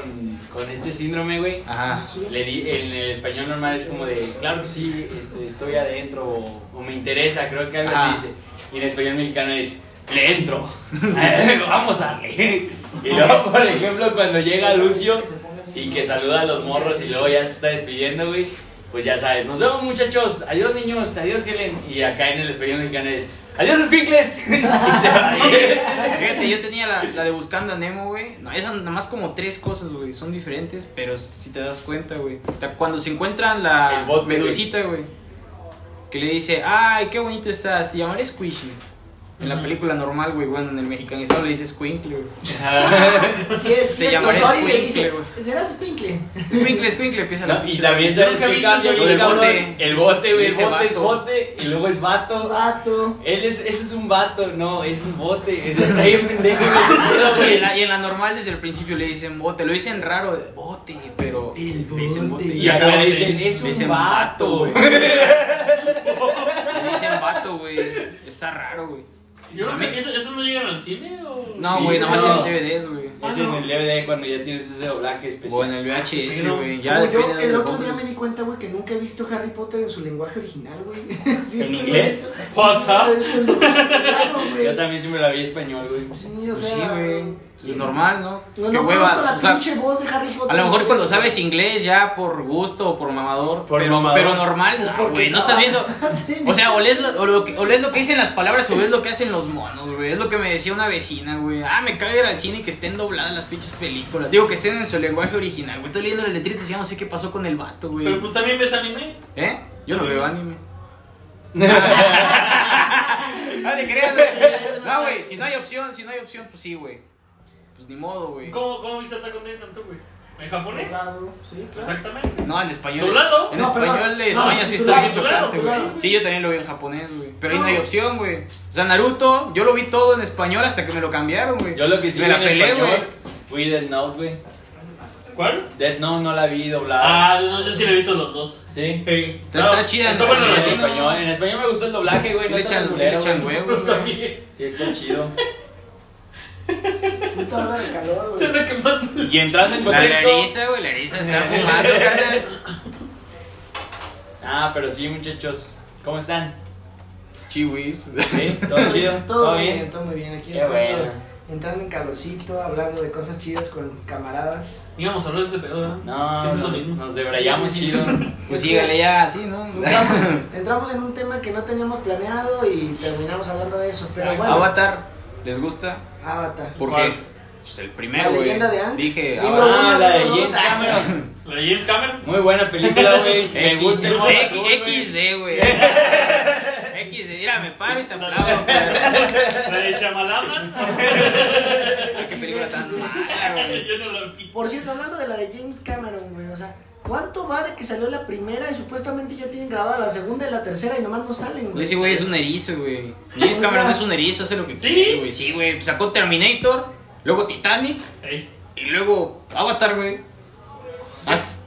[SPEAKER 2] con este síndrome, güey,
[SPEAKER 1] Ajá.
[SPEAKER 2] le di, en el español normal es como de, claro que sí, este, estoy adentro o, o me interesa, creo que algo
[SPEAKER 1] Ajá.
[SPEAKER 2] así dice. Y en español mexicano es, le
[SPEAKER 1] <laughs>
[SPEAKER 2] entro, <laughs> vamos a darle. Y luego, por ejemplo, cuando llega Lucio y que saluda a los morros y luego ya se está despidiendo, güey. Pues ya sabes, nos vemos muchachos, adiós niños, adiós Helen. Y acá en el español mexicano es, adiós escuincles. <laughs> y se va.
[SPEAKER 1] <laughs> Fíjate, yo tenía la, la de Buscando a Nemo, güey. No, esas nada más como tres cosas, güey. Son diferentes, pero si te das cuenta, güey. Ta- Cuando se encuentran la
[SPEAKER 2] El bote, güey.
[SPEAKER 1] medusita, güey. Que le dice, ay, qué bonito estás, te llamaré Squishy. En la película normal, güey, bueno, en el mexicanizado le dice Squinkle, güey.
[SPEAKER 4] Sí, es
[SPEAKER 1] Se
[SPEAKER 4] cierto.
[SPEAKER 1] llamará
[SPEAKER 4] Dory le
[SPEAKER 1] Squinkle,
[SPEAKER 4] dice,
[SPEAKER 1] güey.
[SPEAKER 4] ¿serás Squinkle?
[SPEAKER 1] Squinkle, Squinkle, empieza la
[SPEAKER 2] No, y
[SPEAKER 1] pinche-
[SPEAKER 2] también
[SPEAKER 1] Yo
[SPEAKER 2] sabes
[SPEAKER 1] nunca
[SPEAKER 2] qué
[SPEAKER 1] vi
[SPEAKER 2] cambia,
[SPEAKER 1] eso,
[SPEAKER 2] güey,
[SPEAKER 1] el
[SPEAKER 2] cabrón.
[SPEAKER 1] bote.
[SPEAKER 2] El bote, güey, el
[SPEAKER 1] Ese
[SPEAKER 2] bote es
[SPEAKER 1] vato.
[SPEAKER 2] bote y luego es vato.
[SPEAKER 4] Vato.
[SPEAKER 2] Él es, ese es un vato, no, es un bote. Ese está bien pendejo en ese pedo,
[SPEAKER 1] Y
[SPEAKER 2] güey.
[SPEAKER 1] en, la, y en la normal desde el principio le dicen bote, lo dicen raro, bote, pero
[SPEAKER 4] El
[SPEAKER 1] le dicen bote.
[SPEAKER 4] bote.
[SPEAKER 2] Y acá le dicen,
[SPEAKER 1] le
[SPEAKER 2] es un
[SPEAKER 1] dicen
[SPEAKER 2] vato,
[SPEAKER 1] güey.
[SPEAKER 2] güey.
[SPEAKER 1] Le dicen vato, güey. Está raro, güey.
[SPEAKER 3] Yo no sé, ¿eso- ¿esos no llegan al cine o.?
[SPEAKER 1] No,
[SPEAKER 2] Sí,
[SPEAKER 1] güey, nada más en
[SPEAKER 2] no.
[SPEAKER 1] DVDs, güey.
[SPEAKER 2] Es en el DVD cuando ya tienes ese doblaje especial.
[SPEAKER 1] O en el VHS,
[SPEAKER 3] Pero,
[SPEAKER 1] güey. Ya
[SPEAKER 4] Como yo
[SPEAKER 1] depende de
[SPEAKER 4] el
[SPEAKER 1] los Pues
[SPEAKER 4] otro día me
[SPEAKER 1] hombres.
[SPEAKER 4] di cuenta, güey, que nunca he visto Harry Potter en su lenguaje original, güey. <laughs>
[SPEAKER 2] ¿En inglés?
[SPEAKER 3] What the-
[SPEAKER 4] Siempre lo he visto en su lenguaje, claro, güey. güey.
[SPEAKER 2] Yo también siempre la vi en español, güey.
[SPEAKER 4] Sí, o
[SPEAKER 1] Pues
[SPEAKER 4] sea.
[SPEAKER 1] sí, güey. Es normal, ¿no?
[SPEAKER 4] No,
[SPEAKER 1] Qué
[SPEAKER 4] no
[SPEAKER 1] hueva,
[SPEAKER 4] conozco la
[SPEAKER 1] o sea,
[SPEAKER 4] pinche voz de Harry Potter.
[SPEAKER 1] a lo mejor
[SPEAKER 4] güey.
[SPEAKER 1] cuando sabes inglés ya por gusto o por mamador,
[SPEAKER 2] Por
[SPEAKER 1] pero,
[SPEAKER 2] mamador.
[SPEAKER 1] pero normal, no, güey, Pues no estás viendo.
[SPEAKER 4] <laughs> Sí,
[SPEAKER 1] O sea, o lees, lo, o lo que, o lees lo que dicen las palabras o ves lo que hacen los monos, güey. Es lo que me decía una vecina, güey. Ah, me cae ir al cine y que estén dobladas las pinches películas. Digo, que estén en su lenguaje original, güey. Estoy leyendo las letritas y ya no sé qué pasó con el vato, güey.
[SPEAKER 3] Pero pues también ves anime.
[SPEAKER 1] ¿Eh? Yo no
[SPEAKER 3] Sí.
[SPEAKER 1] veo
[SPEAKER 3] <laughs>
[SPEAKER 1] anime. Ah, te creas, güey. No, güey, si no hay opción, si no hay opción, pues sí, güey. Pues ni modo, güey.
[SPEAKER 3] ¿Cómo, cómo viste Attack on Titan tú, güey? ¿En japonés?
[SPEAKER 4] Claro, <laughs> sí, claro.
[SPEAKER 3] Exactamente.
[SPEAKER 1] No, en español.
[SPEAKER 3] ¿Doblado?
[SPEAKER 1] En
[SPEAKER 4] No,
[SPEAKER 1] español
[SPEAKER 4] perdón.
[SPEAKER 1] de
[SPEAKER 4] No,
[SPEAKER 1] España sí está
[SPEAKER 4] subtitulado,
[SPEAKER 1] bien chocante, güey.
[SPEAKER 4] subtitulado.
[SPEAKER 1] Sí, yo también lo vi en japonés, güey. Pero ahí no
[SPEAKER 4] No.
[SPEAKER 1] hay opción, güey. O sea, Naruto, yo lo vi todo en español hasta que me lo cambiaron, güey.
[SPEAKER 2] Yo lo que sí
[SPEAKER 1] Me
[SPEAKER 2] vi
[SPEAKER 1] la
[SPEAKER 2] en
[SPEAKER 1] peleé,
[SPEAKER 2] español
[SPEAKER 1] güey.
[SPEAKER 2] fui Dead Note, güey.
[SPEAKER 3] ¿Cuál?
[SPEAKER 2] Dead Note no la vi doblada.
[SPEAKER 3] Ah, no, yo sí le he visto los dos.
[SPEAKER 2] Sí.
[SPEAKER 3] Sí.
[SPEAKER 1] Está- está chida,
[SPEAKER 3] Está
[SPEAKER 1] ¿no?
[SPEAKER 3] bueno,
[SPEAKER 1] Sí,
[SPEAKER 2] en,
[SPEAKER 1] no.
[SPEAKER 2] español, en español me gustó el doblaje, güey.
[SPEAKER 1] Sí
[SPEAKER 2] no
[SPEAKER 1] le
[SPEAKER 2] está
[SPEAKER 1] echan,
[SPEAKER 2] tan
[SPEAKER 1] sí le
[SPEAKER 2] culero,
[SPEAKER 1] echan
[SPEAKER 2] güey.
[SPEAKER 1] huevos, güey.
[SPEAKER 3] También.
[SPEAKER 2] Sí, está chido.
[SPEAKER 4] Puta hora de calor,
[SPEAKER 3] Se
[SPEAKER 4] güey.
[SPEAKER 3] me quemando.
[SPEAKER 2] Y entrando en
[SPEAKER 1] La
[SPEAKER 2] contexto.
[SPEAKER 1] Larisa, güey, Larisa
[SPEAKER 2] <laughs>
[SPEAKER 1] está fumando, carnal.
[SPEAKER 2] Ah, pero sí, muchachos. ¿Cómo están?
[SPEAKER 1] Chiwis.
[SPEAKER 2] ¿Sí? ¿Todo chido?
[SPEAKER 4] Todo bien, todo muy bien. Aquí
[SPEAKER 2] Qué
[SPEAKER 4] entrando-
[SPEAKER 2] bueno.
[SPEAKER 4] entrando en calorcito, hablando de cosas chidas con camaradas.
[SPEAKER 3] Íbamos a hablar de este pedo, ¿verdad?
[SPEAKER 2] No,
[SPEAKER 3] Siempre es lo
[SPEAKER 2] no,
[SPEAKER 3] mismo.
[SPEAKER 2] nos debrayamos
[SPEAKER 4] Sí, sí.
[SPEAKER 2] chido.
[SPEAKER 1] Pues sígale ya así, ¿no?
[SPEAKER 4] Entramos, entramos en un tema que no teníamos planeado y terminamos hablando de eso. Pero bueno, Avatar.
[SPEAKER 1] <laughs> Avatar, ¿les gusta? ¿Por
[SPEAKER 3] ¿Cuál?
[SPEAKER 1] qué? Pues el primero,
[SPEAKER 4] La
[SPEAKER 1] güey.
[SPEAKER 4] leyenda de Aang.
[SPEAKER 1] Dije,
[SPEAKER 4] Libro
[SPEAKER 1] Avatar.
[SPEAKER 2] Ah,
[SPEAKER 4] uno,
[SPEAKER 2] la de
[SPEAKER 4] libro
[SPEAKER 2] James
[SPEAKER 4] dos.
[SPEAKER 2] Cameron.
[SPEAKER 3] ¿La de James
[SPEAKER 2] <laughs>
[SPEAKER 3] Cameron?
[SPEAKER 2] Muy buena película,
[SPEAKER 1] <laughs>
[SPEAKER 2] güey. Me
[SPEAKER 1] X-
[SPEAKER 2] gusta el mono
[SPEAKER 1] X-
[SPEAKER 2] azul, güey.
[SPEAKER 1] XD,
[SPEAKER 3] <laughs>
[SPEAKER 1] güey. XD, mira, me paro y te aplaudo. pero-
[SPEAKER 3] ¿La de Shamalama?
[SPEAKER 2] <laughs>
[SPEAKER 1] Qué película tan mala, güey.
[SPEAKER 3] <laughs> Yo no la vi.
[SPEAKER 4] Por cierto, hablando de la de James Cameron, güey, o sea, ¿cuánto va de que salió la primera y supuestamente ya tienen grabada la segunda y la tercera y nomás no salen, güey?
[SPEAKER 1] Ese güey es un erizo, güey. James Cameron es un erizo, hace lo que
[SPEAKER 3] ¿Sí?
[SPEAKER 1] quiere, güey. Sí, güey. Sacó Terminator, luego Titanic
[SPEAKER 3] Ey,
[SPEAKER 1] y luego Avatar, güey. ¿Hace,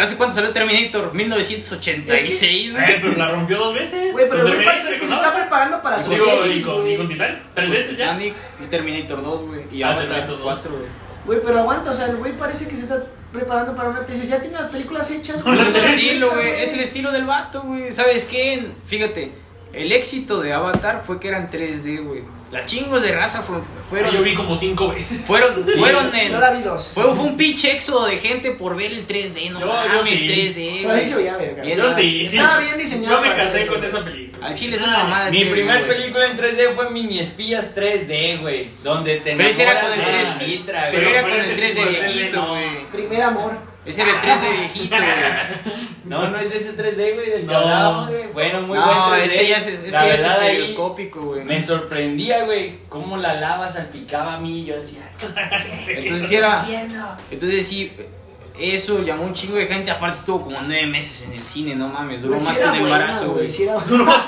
[SPEAKER 1] ¿hace cuánto salió Terminator? 1986, güey.
[SPEAKER 3] eh, pero la rompió dos veces.
[SPEAKER 4] Güey, pero
[SPEAKER 3] Con
[SPEAKER 4] el güey
[SPEAKER 3] Terminator
[SPEAKER 4] parece
[SPEAKER 3] y
[SPEAKER 4] que
[SPEAKER 3] con
[SPEAKER 4] se está
[SPEAKER 3] Avatar.
[SPEAKER 4] preparando para su
[SPEAKER 3] Digo, y
[SPEAKER 4] tesis,
[SPEAKER 3] con, y con
[SPEAKER 4] güey.
[SPEAKER 3] Titanic. Tres veces ya.
[SPEAKER 1] Titanic y Terminator 2, güey. Y
[SPEAKER 3] Ah,
[SPEAKER 1] Avatar
[SPEAKER 3] Terminator 2.
[SPEAKER 1] 4, güey.
[SPEAKER 4] Güey, pero aguanta, o sea, el güey parece que se está preparando para una tesis. Ya tiene las películas hechas, <laughs> güey.
[SPEAKER 1] Pues es el estilo, güey. Es el estilo del vato, güey. ¿Sabes qué? Fíjate, el éxito de Avatar fue que eran 3D, güey. Las chingos de raza fueron.
[SPEAKER 3] Pero Ah, yo
[SPEAKER 1] Fueron.
[SPEAKER 3] vi como cinco veces.
[SPEAKER 1] Fueron, fueron en.
[SPEAKER 4] Yo la vi dos.
[SPEAKER 1] Fue, fue un pinche éxodo de gente por ver el 3D, no
[SPEAKER 3] Yo- yo
[SPEAKER 1] mames,
[SPEAKER 3] sí.
[SPEAKER 1] 3D,
[SPEAKER 4] Pero ahí se
[SPEAKER 1] güey.
[SPEAKER 4] veía verga.
[SPEAKER 1] Bien,
[SPEAKER 3] <laughs> Yo sí.
[SPEAKER 4] Estaba bien diseñado
[SPEAKER 3] Yo me
[SPEAKER 4] para
[SPEAKER 3] casé
[SPEAKER 4] eso.
[SPEAKER 3] con esa película.
[SPEAKER 1] Al chile es una mamada. el
[SPEAKER 2] Mi
[SPEAKER 1] 3D,
[SPEAKER 2] primer
[SPEAKER 1] güey.
[SPEAKER 2] película en 3D fue Mini Espías 3D, güey. Donde te
[SPEAKER 1] Pero ese era
[SPEAKER 2] enamoras
[SPEAKER 1] con el
[SPEAKER 2] de
[SPEAKER 1] tres-
[SPEAKER 2] la Mitra,
[SPEAKER 1] Pero era
[SPEAKER 2] güey.
[SPEAKER 1] con
[SPEAKER 3] pero
[SPEAKER 1] el
[SPEAKER 3] ese
[SPEAKER 1] 3D
[SPEAKER 3] tipo de 3D
[SPEAKER 1] viejito,
[SPEAKER 3] no.
[SPEAKER 1] güey.
[SPEAKER 4] Primer amor.
[SPEAKER 1] Ese era el 3D viejito, güey.
[SPEAKER 2] No, no es ese 3D, güey, del que
[SPEAKER 3] No.
[SPEAKER 2] hablábamos, güey. Bueno, muy
[SPEAKER 1] no,
[SPEAKER 2] buen 3D.
[SPEAKER 1] este ya es, este
[SPEAKER 2] La
[SPEAKER 1] ya es
[SPEAKER 2] verdad, ahí
[SPEAKER 1] estereoscópico, güey.
[SPEAKER 2] Me sorprendía, güey, cómo la lava salpicaba a mí. y Yo decía, "Ah", "Ay,
[SPEAKER 1] Entonces sí era.
[SPEAKER 4] Haciendo.
[SPEAKER 1] Entonces sí, eso llamó un chingo de gente, aparte estuvo como nueve meses en el cine, no mames, duró
[SPEAKER 4] Güey, Pues sí
[SPEAKER 1] más que
[SPEAKER 4] era
[SPEAKER 1] un
[SPEAKER 4] buena,
[SPEAKER 1] embarazo, güey. <laughs>
[SPEAKER 4] Sí era buena.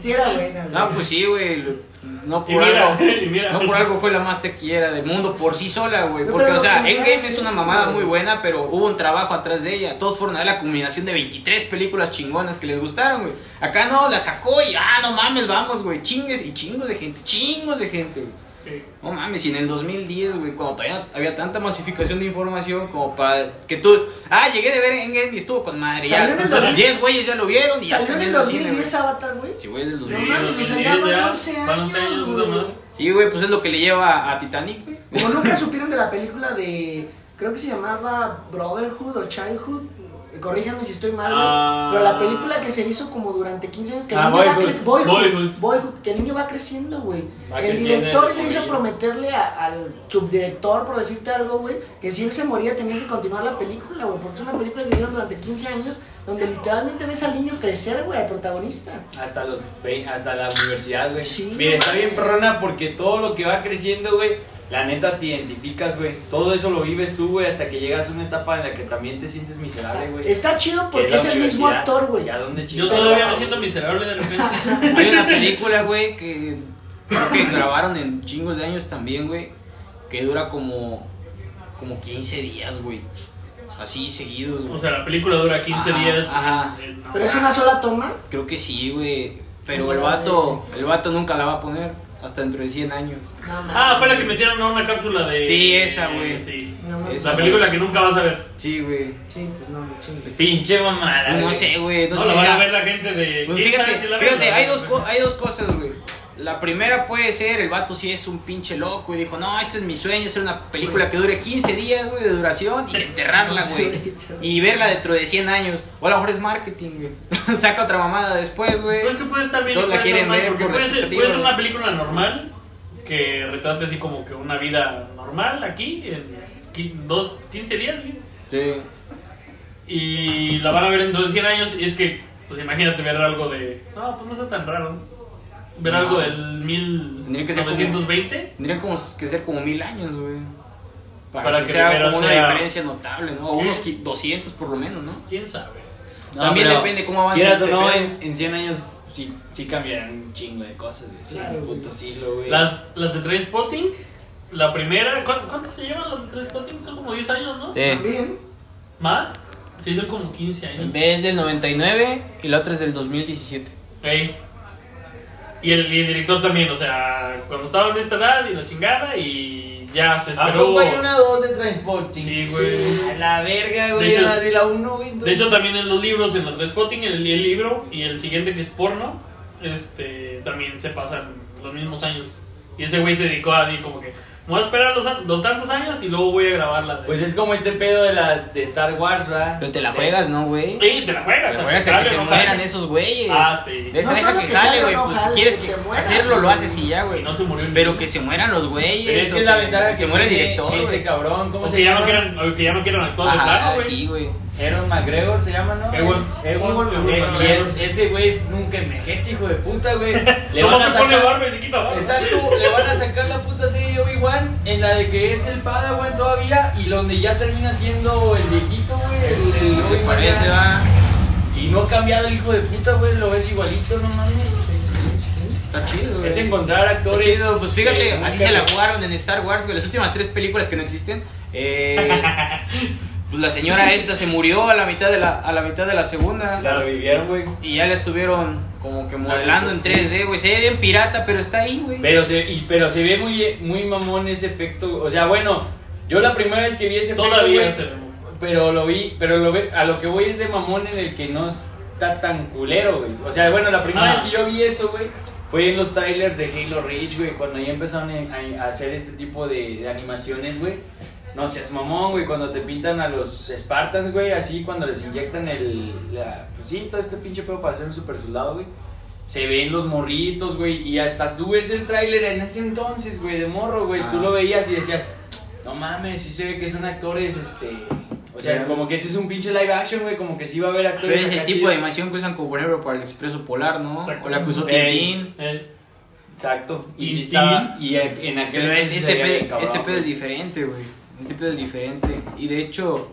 [SPEAKER 4] Sí era buena, güey.
[SPEAKER 1] No, pues sí, güey, lo- no
[SPEAKER 3] Y
[SPEAKER 1] por
[SPEAKER 3] mira,
[SPEAKER 1] algo.
[SPEAKER 3] <laughs> y mira.
[SPEAKER 1] No por algo fue la más tequillera del mundo por sí sola, güey.
[SPEAKER 4] No,
[SPEAKER 1] Porque,
[SPEAKER 4] pero
[SPEAKER 1] o sea,
[SPEAKER 4] lo que
[SPEAKER 1] Endgame
[SPEAKER 4] hace
[SPEAKER 1] es una
[SPEAKER 4] es,
[SPEAKER 1] mamada
[SPEAKER 4] güey.
[SPEAKER 1] muy buena, pero hubo un trabajo atrás de ella. Todos fueron a ver la combinación de 23 películas chingonas que les gustaron, güey. Acá no, la sacó y, ah, no mames, vamos, güey. Chingues y chingos de gente, chingos de gente, güey.
[SPEAKER 3] Sí.
[SPEAKER 1] No mames, y en el 2010, güey, cuando todavía había tanta masificación de información como para que tú. Ah, llegué de ver Endgame y estuvo con madre. Ya,
[SPEAKER 4] Salió en el 2010.
[SPEAKER 1] 10 güeyes ya pues, lo vieron y ya
[SPEAKER 4] Salió
[SPEAKER 1] está
[SPEAKER 4] en el
[SPEAKER 1] viendo el cine, güey.
[SPEAKER 4] 2010 Avatar, güey.
[SPEAKER 1] Sí, güey, es del
[SPEAKER 3] Sí,
[SPEAKER 1] 2010.
[SPEAKER 4] No mames, o sea, ya
[SPEAKER 3] 2010
[SPEAKER 4] van 11
[SPEAKER 3] van 11
[SPEAKER 4] años,
[SPEAKER 3] años,
[SPEAKER 4] güey.
[SPEAKER 3] ¿no?
[SPEAKER 1] Sí, güey, pues es lo que le lleva a Titanic, güey.
[SPEAKER 4] Como nunca supieron de la película de. Creo que se llamaba Brotherhood o Childhood. Corríjanme si estoy mal, güey.
[SPEAKER 3] Ah.
[SPEAKER 4] Pero la película que se hizo como durante 15 años. Que el
[SPEAKER 2] Ah,
[SPEAKER 4] niño va
[SPEAKER 2] Boyhood.
[SPEAKER 4] cre- Boyhood,
[SPEAKER 3] Boyhood.
[SPEAKER 4] Boyhood, Que el niño va creciendo, güey.
[SPEAKER 2] Va
[SPEAKER 4] El
[SPEAKER 2] creciendo
[SPEAKER 4] director
[SPEAKER 2] ese
[SPEAKER 4] le hizo
[SPEAKER 2] morrillo.
[SPEAKER 4] prometerle a- al subdirector, por decirte algo, güey, que si él se moría tenía que continuar la película, güey. Porque es una película que hicieron durante 15 años. Donde literalmente ves al niño crecer, güey, al protagonista.
[SPEAKER 2] Hasta los ve- hasta la universidad, güey.
[SPEAKER 4] Sí,
[SPEAKER 2] Mira, está
[SPEAKER 4] güey.
[SPEAKER 2] bien perrona porque todo lo que va creciendo, güey, la neta te identificas, güey. Todo eso lo vives tú, güey, hasta que llegas a una etapa en la que también te sientes miserable, güey.
[SPEAKER 4] Está chido porque
[SPEAKER 2] Que
[SPEAKER 4] es
[SPEAKER 2] la
[SPEAKER 4] el mismo
[SPEAKER 2] universidad,
[SPEAKER 4] actor, güey.
[SPEAKER 2] ¿A dónde
[SPEAKER 3] Yo
[SPEAKER 2] chingados
[SPEAKER 3] todavía
[SPEAKER 2] vas,
[SPEAKER 3] me
[SPEAKER 2] güey?
[SPEAKER 3] siento miserable de repente.
[SPEAKER 1] Hay una película, güey, que creo que grabaron en chingos de años también, güey, que dura como, como 15 días, güey. Así seguidos,
[SPEAKER 3] O
[SPEAKER 1] güey.
[SPEAKER 3] sea, la película dura 15
[SPEAKER 1] Ajá,
[SPEAKER 3] días.
[SPEAKER 1] ajá.
[SPEAKER 3] Eh, no.
[SPEAKER 4] Pero es una sola toma.
[SPEAKER 1] Creo que sí, güey. Pero el vato, el vato nunca la va a poner hasta dentro de 100 años.
[SPEAKER 4] No, mames.
[SPEAKER 3] Ah, fue la que metieron a una cápsula de.
[SPEAKER 1] Sí, esa, güey.
[SPEAKER 3] eh, Sí.
[SPEAKER 4] No, mames.
[SPEAKER 1] Esa.
[SPEAKER 3] La película que nunca vas a ver.
[SPEAKER 1] Sí, güey.
[SPEAKER 4] Sí, pues no, me
[SPEAKER 1] Eh.
[SPEAKER 4] chingues.
[SPEAKER 2] Pinche mamada.
[SPEAKER 1] No
[SPEAKER 2] güey.
[SPEAKER 1] sé, güey. No,
[SPEAKER 3] No,
[SPEAKER 1] sé
[SPEAKER 3] la
[SPEAKER 1] si
[SPEAKER 3] van a
[SPEAKER 1] sea-
[SPEAKER 3] ver la gente de.
[SPEAKER 1] Pues
[SPEAKER 3] ¿Quién sabe
[SPEAKER 1] fíjate,
[SPEAKER 3] si la
[SPEAKER 1] fíjate,
[SPEAKER 3] ven?
[SPEAKER 1] hay dos, co- hay dos cosas, güey. La- La primera puede ser, el vato sí es un pinche loco y dijo, no, este es mi sueño, hacer una película que dure 15 días, güey, de duración y enterrarla, güey. <laughs> Y verla dentro de 100 años. O a lo mejor es marketing, güey. <laughs> Saca otra mamada después, güey.
[SPEAKER 3] Pero Pues es que puede estar bien y
[SPEAKER 1] Todos la
[SPEAKER 3] puede estar
[SPEAKER 1] quieren
[SPEAKER 3] mal,
[SPEAKER 1] ver
[SPEAKER 3] porque
[SPEAKER 1] por la
[SPEAKER 3] puede ser,
[SPEAKER 1] expectativa,
[SPEAKER 3] puede ser
[SPEAKER 1] ¿no?
[SPEAKER 3] una película normal que retrate así como que una vida normal aquí, en qui- dos, 15 días, ¿sí?
[SPEAKER 1] Sí.
[SPEAKER 3] y la van a ver en dos- 100 años, y es que, pues imagínate ver algo de... No, pues no está tan raro. Ver
[SPEAKER 1] No.
[SPEAKER 3] algo del
[SPEAKER 1] Tendría que ser como-
[SPEAKER 3] 1920.
[SPEAKER 1] Tendrían como que ser como mil años, güey. Para,
[SPEAKER 3] Para
[SPEAKER 1] que,
[SPEAKER 3] que
[SPEAKER 1] sea
[SPEAKER 3] primero
[SPEAKER 1] como
[SPEAKER 3] sea-
[SPEAKER 1] una diferencia notable, ¿no? O
[SPEAKER 3] ¿Qué?
[SPEAKER 1] unos qui- 200 por lo menos, ¿no?
[SPEAKER 3] ¿Quién sabe?
[SPEAKER 1] También depende cómo avance
[SPEAKER 2] Quieras o
[SPEAKER 1] este
[SPEAKER 2] no,
[SPEAKER 1] pedo.
[SPEAKER 2] en, en 100 años sí, sí cambiarán un chingo de cosas, güey. Sí,
[SPEAKER 4] Claro,
[SPEAKER 2] un
[SPEAKER 4] güey.
[SPEAKER 2] puto siglo, güey.
[SPEAKER 3] Las, las de Trainspotting, la primera... ¿cuán- ¿Cuántas se llevan las de Trainspotting? Son como 10 años, ¿no?
[SPEAKER 4] Bien.
[SPEAKER 1] Pues
[SPEAKER 3] ¿Más? Sí, son como 15 años.
[SPEAKER 1] Es del 99 y la otra es del 2017.
[SPEAKER 3] Ey. Y el, y el director también, o sea, cuando estaba en esta edad y la chingada y ya se
[SPEAKER 2] Ah,
[SPEAKER 3] esperó.
[SPEAKER 2] güey, una 2 de Transporting.
[SPEAKER 3] Sí, güey.
[SPEAKER 2] la verga,
[SPEAKER 3] De
[SPEAKER 2] güey. Yo
[SPEAKER 3] hecho-
[SPEAKER 2] las vi la 1, güey.
[SPEAKER 3] De hecho también en los libros, en los de Spotting, el, el libro y el siguiente que es porno, este, también se pasan los mismos años. Y ese güey se dedicó a decir como que, me voy a esperar los, a- los tantos años y luego voy a grabar la de...
[SPEAKER 2] Pues es como este pedo de, las de Star Wars, ¿verdad?
[SPEAKER 1] Pero te la juegas, ¿no, güey?
[SPEAKER 3] Ey, te la juegas.
[SPEAKER 1] Pero
[SPEAKER 3] o sea,
[SPEAKER 1] juegas
[SPEAKER 3] te
[SPEAKER 1] a que
[SPEAKER 3] sale,
[SPEAKER 1] se
[SPEAKER 3] no
[SPEAKER 1] mueran
[SPEAKER 3] sale.
[SPEAKER 1] esos güeyes.
[SPEAKER 3] Ah, sí.
[SPEAKER 1] Deja,
[SPEAKER 4] No
[SPEAKER 1] deja
[SPEAKER 4] solo
[SPEAKER 1] que
[SPEAKER 4] que
[SPEAKER 1] jale,
[SPEAKER 4] jale,
[SPEAKER 1] güey.
[SPEAKER 4] no
[SPEAKER 1] Pues
[SPEAKER 4] jale,
[SPEAKER 1] si quieres
[SPEAKER 4] que
[SPEAKER 1] que
[SPEAKER 4] te mueras,
[SPEAKER 1] hacerlo, lo
[SPEAKER 4] güey.
[SPEAKER 1] haces y ya, güey.
[SPEAKER 3] Y no se murió el
[SPEAKER 1] Pero
[SPEAKER 3] niño.
[SPEAKER 1] que se mueran los
[SPEAKER 2] Pero
[SPEAKER 1] güeyes.
[SPEAKER 2] es
[SPEAKER 1] o
[SPEAKER 2] que es la ventaja que
[SPEAKER 1] se muere el
[SPEAKER 2] tiene
[SPEAKER 1] director,
[SPEAKER 2] Este
[SPEAKER 1] güey.
[SPEAKER 2] cabrón, ¿cómo
[SPEAKER 3] O
[SPEAKER 2] se
[SPEAKER 3] que ya
[SPEAKER 2] llama?
[SPEAKER 3] no quieran, o que ya no quieran actuar de plano,
[SPEAKER 1] Ajá,
[SPEAKER 3] güey.
[SPEAKER 1] sí, güey.
[SPEAKER 2] Aaron McGregor se llama, ¿no?
[SPEAKER 3] Ewan.
[SPEAKER 2] Ewan.
[SPEAKER 4] Ewan
[SPEAKER 2] Eh,
[SPEAKER 3] McGregor.
[SPEAKER 2] y es- ese güey es- nunca envejece, hijo de puta, <laughs> güey. Le
[SPEAKER 3] Nomás
[SPEAKER 2] van a
[SPEAKER 3] se pone
[SPEAKER 2] sacar-
[SPEAKER 3] barba y se quita barba.
[SPEAKER 2] Exacto, le van a sacar la puta serie de Obi-Wan en la de que es el Padawan todavía y donde ya termina siendo el viejito, güey. El, el
[SPEAKER 1] Se
[SPEAKER 2] Obi-Wan
[SPEAKER 1] parece,
[SPEAKER 2] ya.
[SPEAKER 1] va.
[SPEAKER 2] Y no ha cambiado el hijo de puta, güey, lo ves igualito, no mames.
[SPEAKER 1] Está chido, güey.
[SPEAKER 2] Es encontrar
[SPEAKER 1] Está
[SPEAKER 2] actores.
[SPEAKER 1] chido, pues fíjate,
[SPEAKER 2] que
[SPEAKER 1] así
[SPEAKER 2] buscan-
[SPEAKER 1] se la jugaron en Star Wars, güey. Las últimas tres películas que no existen. <laughs> eh, pues la señora esta se murió a la mitad de la, a la, mitad de la segunda.
[SPEAKER 2] La revivieron, güey.
[SPEAKER 1] Y ya la estuvieron como que modelando en 3D, güey. Se ve bien pirata, pero está ahí, güey.
[SPEAKER 2] Pero se, y- pero se ve muy, muy mamón ese efecto. O sea, bueno, yo la primera vez que vi ese
[SPEAKER 3] Todavía se
[SPEAKER 2] efecto. güey,
[SPEAKER 3] le murió.
[SPEAKER 2] Pero lo vi, pero lo ve, a lo que voy es de mamón en el que no está tan culero, güey. O sea, bueno, la primera
[SPEAKER 3] Ah.
[SPEAKER 2] vez que yo vi eso, güey, fue en los trailers de Halo Reach, güey, cuando ya empezaron a- a, hacer este tipo de, de animaciones, güey. No seas mamón, güey, cuando te pintan a los Spartans, güey, así cuando les inyectan el. La, pues sí, todo este pinche pedo para hacer un super soldado, güey. Se ven los morritos, güey, y hasta tú ves el tráiler en ese entonces, güey, de morro, güey. Tú
[SPEAKER 1] Ah.
[SPEAKER 2] lo veías y decías, no mames, sí se ve que son actores, este... O sea,
[SPEAKER 1] Claro.
[SPEAKER 2] como que ese es un pinche live action, güey, como que sí va a haber
[SPEAKER 1] Pero
[SPEAKER 2] actores
[SPEAKER 1] es el
[SPEAKER 2] acá
[SPEAKER 1] tipo
[SPEAKER 2] chidos.
[SPEAKER 1] de animación que usan como por ejemplo para el Expreso Polar, ¿no?
[SPEAKER 3] Exacto.
[SPEAKER 1] O la que usó
[SPEAKER 2] Ey.
[SPEAKER 1] Tintín.
[SPEAKER 3] Eh,
[SPEAKER 2] Exacto. Y,
[SPEAKER 3] Y
[SPEAKER 2] sí
[SPEAKER 3] sí.
[SPEAKER 2] estaba... Y en en aquel...
[SPEAKER 1] Pero este,
[SPEAKER 2] entonces
[SPEAKER 1] este,
[SPEAKER 2] se veía
[SPEAKER 1] pe-
[SPEAKER 2] bien cabrón,
[SPEAKER 1] este pedo
[SPEAKER 2] güey.
[SPEAKER 1] es diferente, güey. Este pedo es diferente. Y de hecho,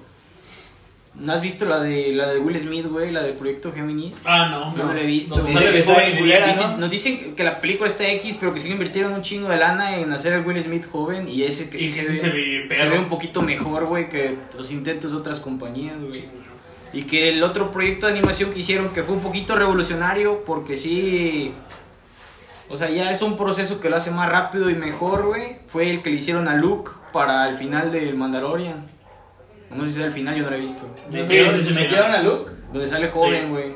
[SPEAKER 1] ¿no has visto la de, la de Will Smith, güey? La del Proyecto Géminis.
[SPEAKER 3] Ah, no.
[SPEAKER 1] Yo no la he visto,
[SPEAKER 3] No,
[SPEAKER 1] güey.
[SPEAKER 3] sale
[SPEAKER 2] Dice que
[SPEAKER 3] joven
[SPEAKER 2] está bien
[SPEAKER 3] y
[SPEAKER 2] culera,
[SPEAKER 3] dice-
[SPEAKER 2] ¿no?
[SPEAKER 1] Nos dicen que la película está X, pero que sí le invirtieron un chingo de lana en hacer al Will Smith joven. Y ese que
[SPEAKER 3] Y
[SPEAKER 1] sí,
[SPEAKER 3] que
[SPEAKER 1] se,
[SPEAKER 3] sí
[SPEAKER 1] ve,
[SPEAKER 3] se ve
[SPEAKER 1] se
[SPEAKER 3] perro.
[SPEAKER 1] ve un poquito mejor, güey, que los intentos de otras compañías, güey. Y que el otro proyecto de animación que hicieron que fue un poquito revolucionario porque sí... O sea, ya es un proceso que lo hace más rápido y mejor, güey. Fue el que le hicieron a Luke para el final del Mandalorian. No sé si sea el final, yo no lo he visto.
[SPEAKER 2] ¿Metieron,
[SPEAKER 3] Sí, sí, sí,
[SPEAKER 2] metieron a Luke?
[SPEAKER 1] Donde sale joven,
[SPEAKER 3] Sí.
[SPEAKER 1] güey.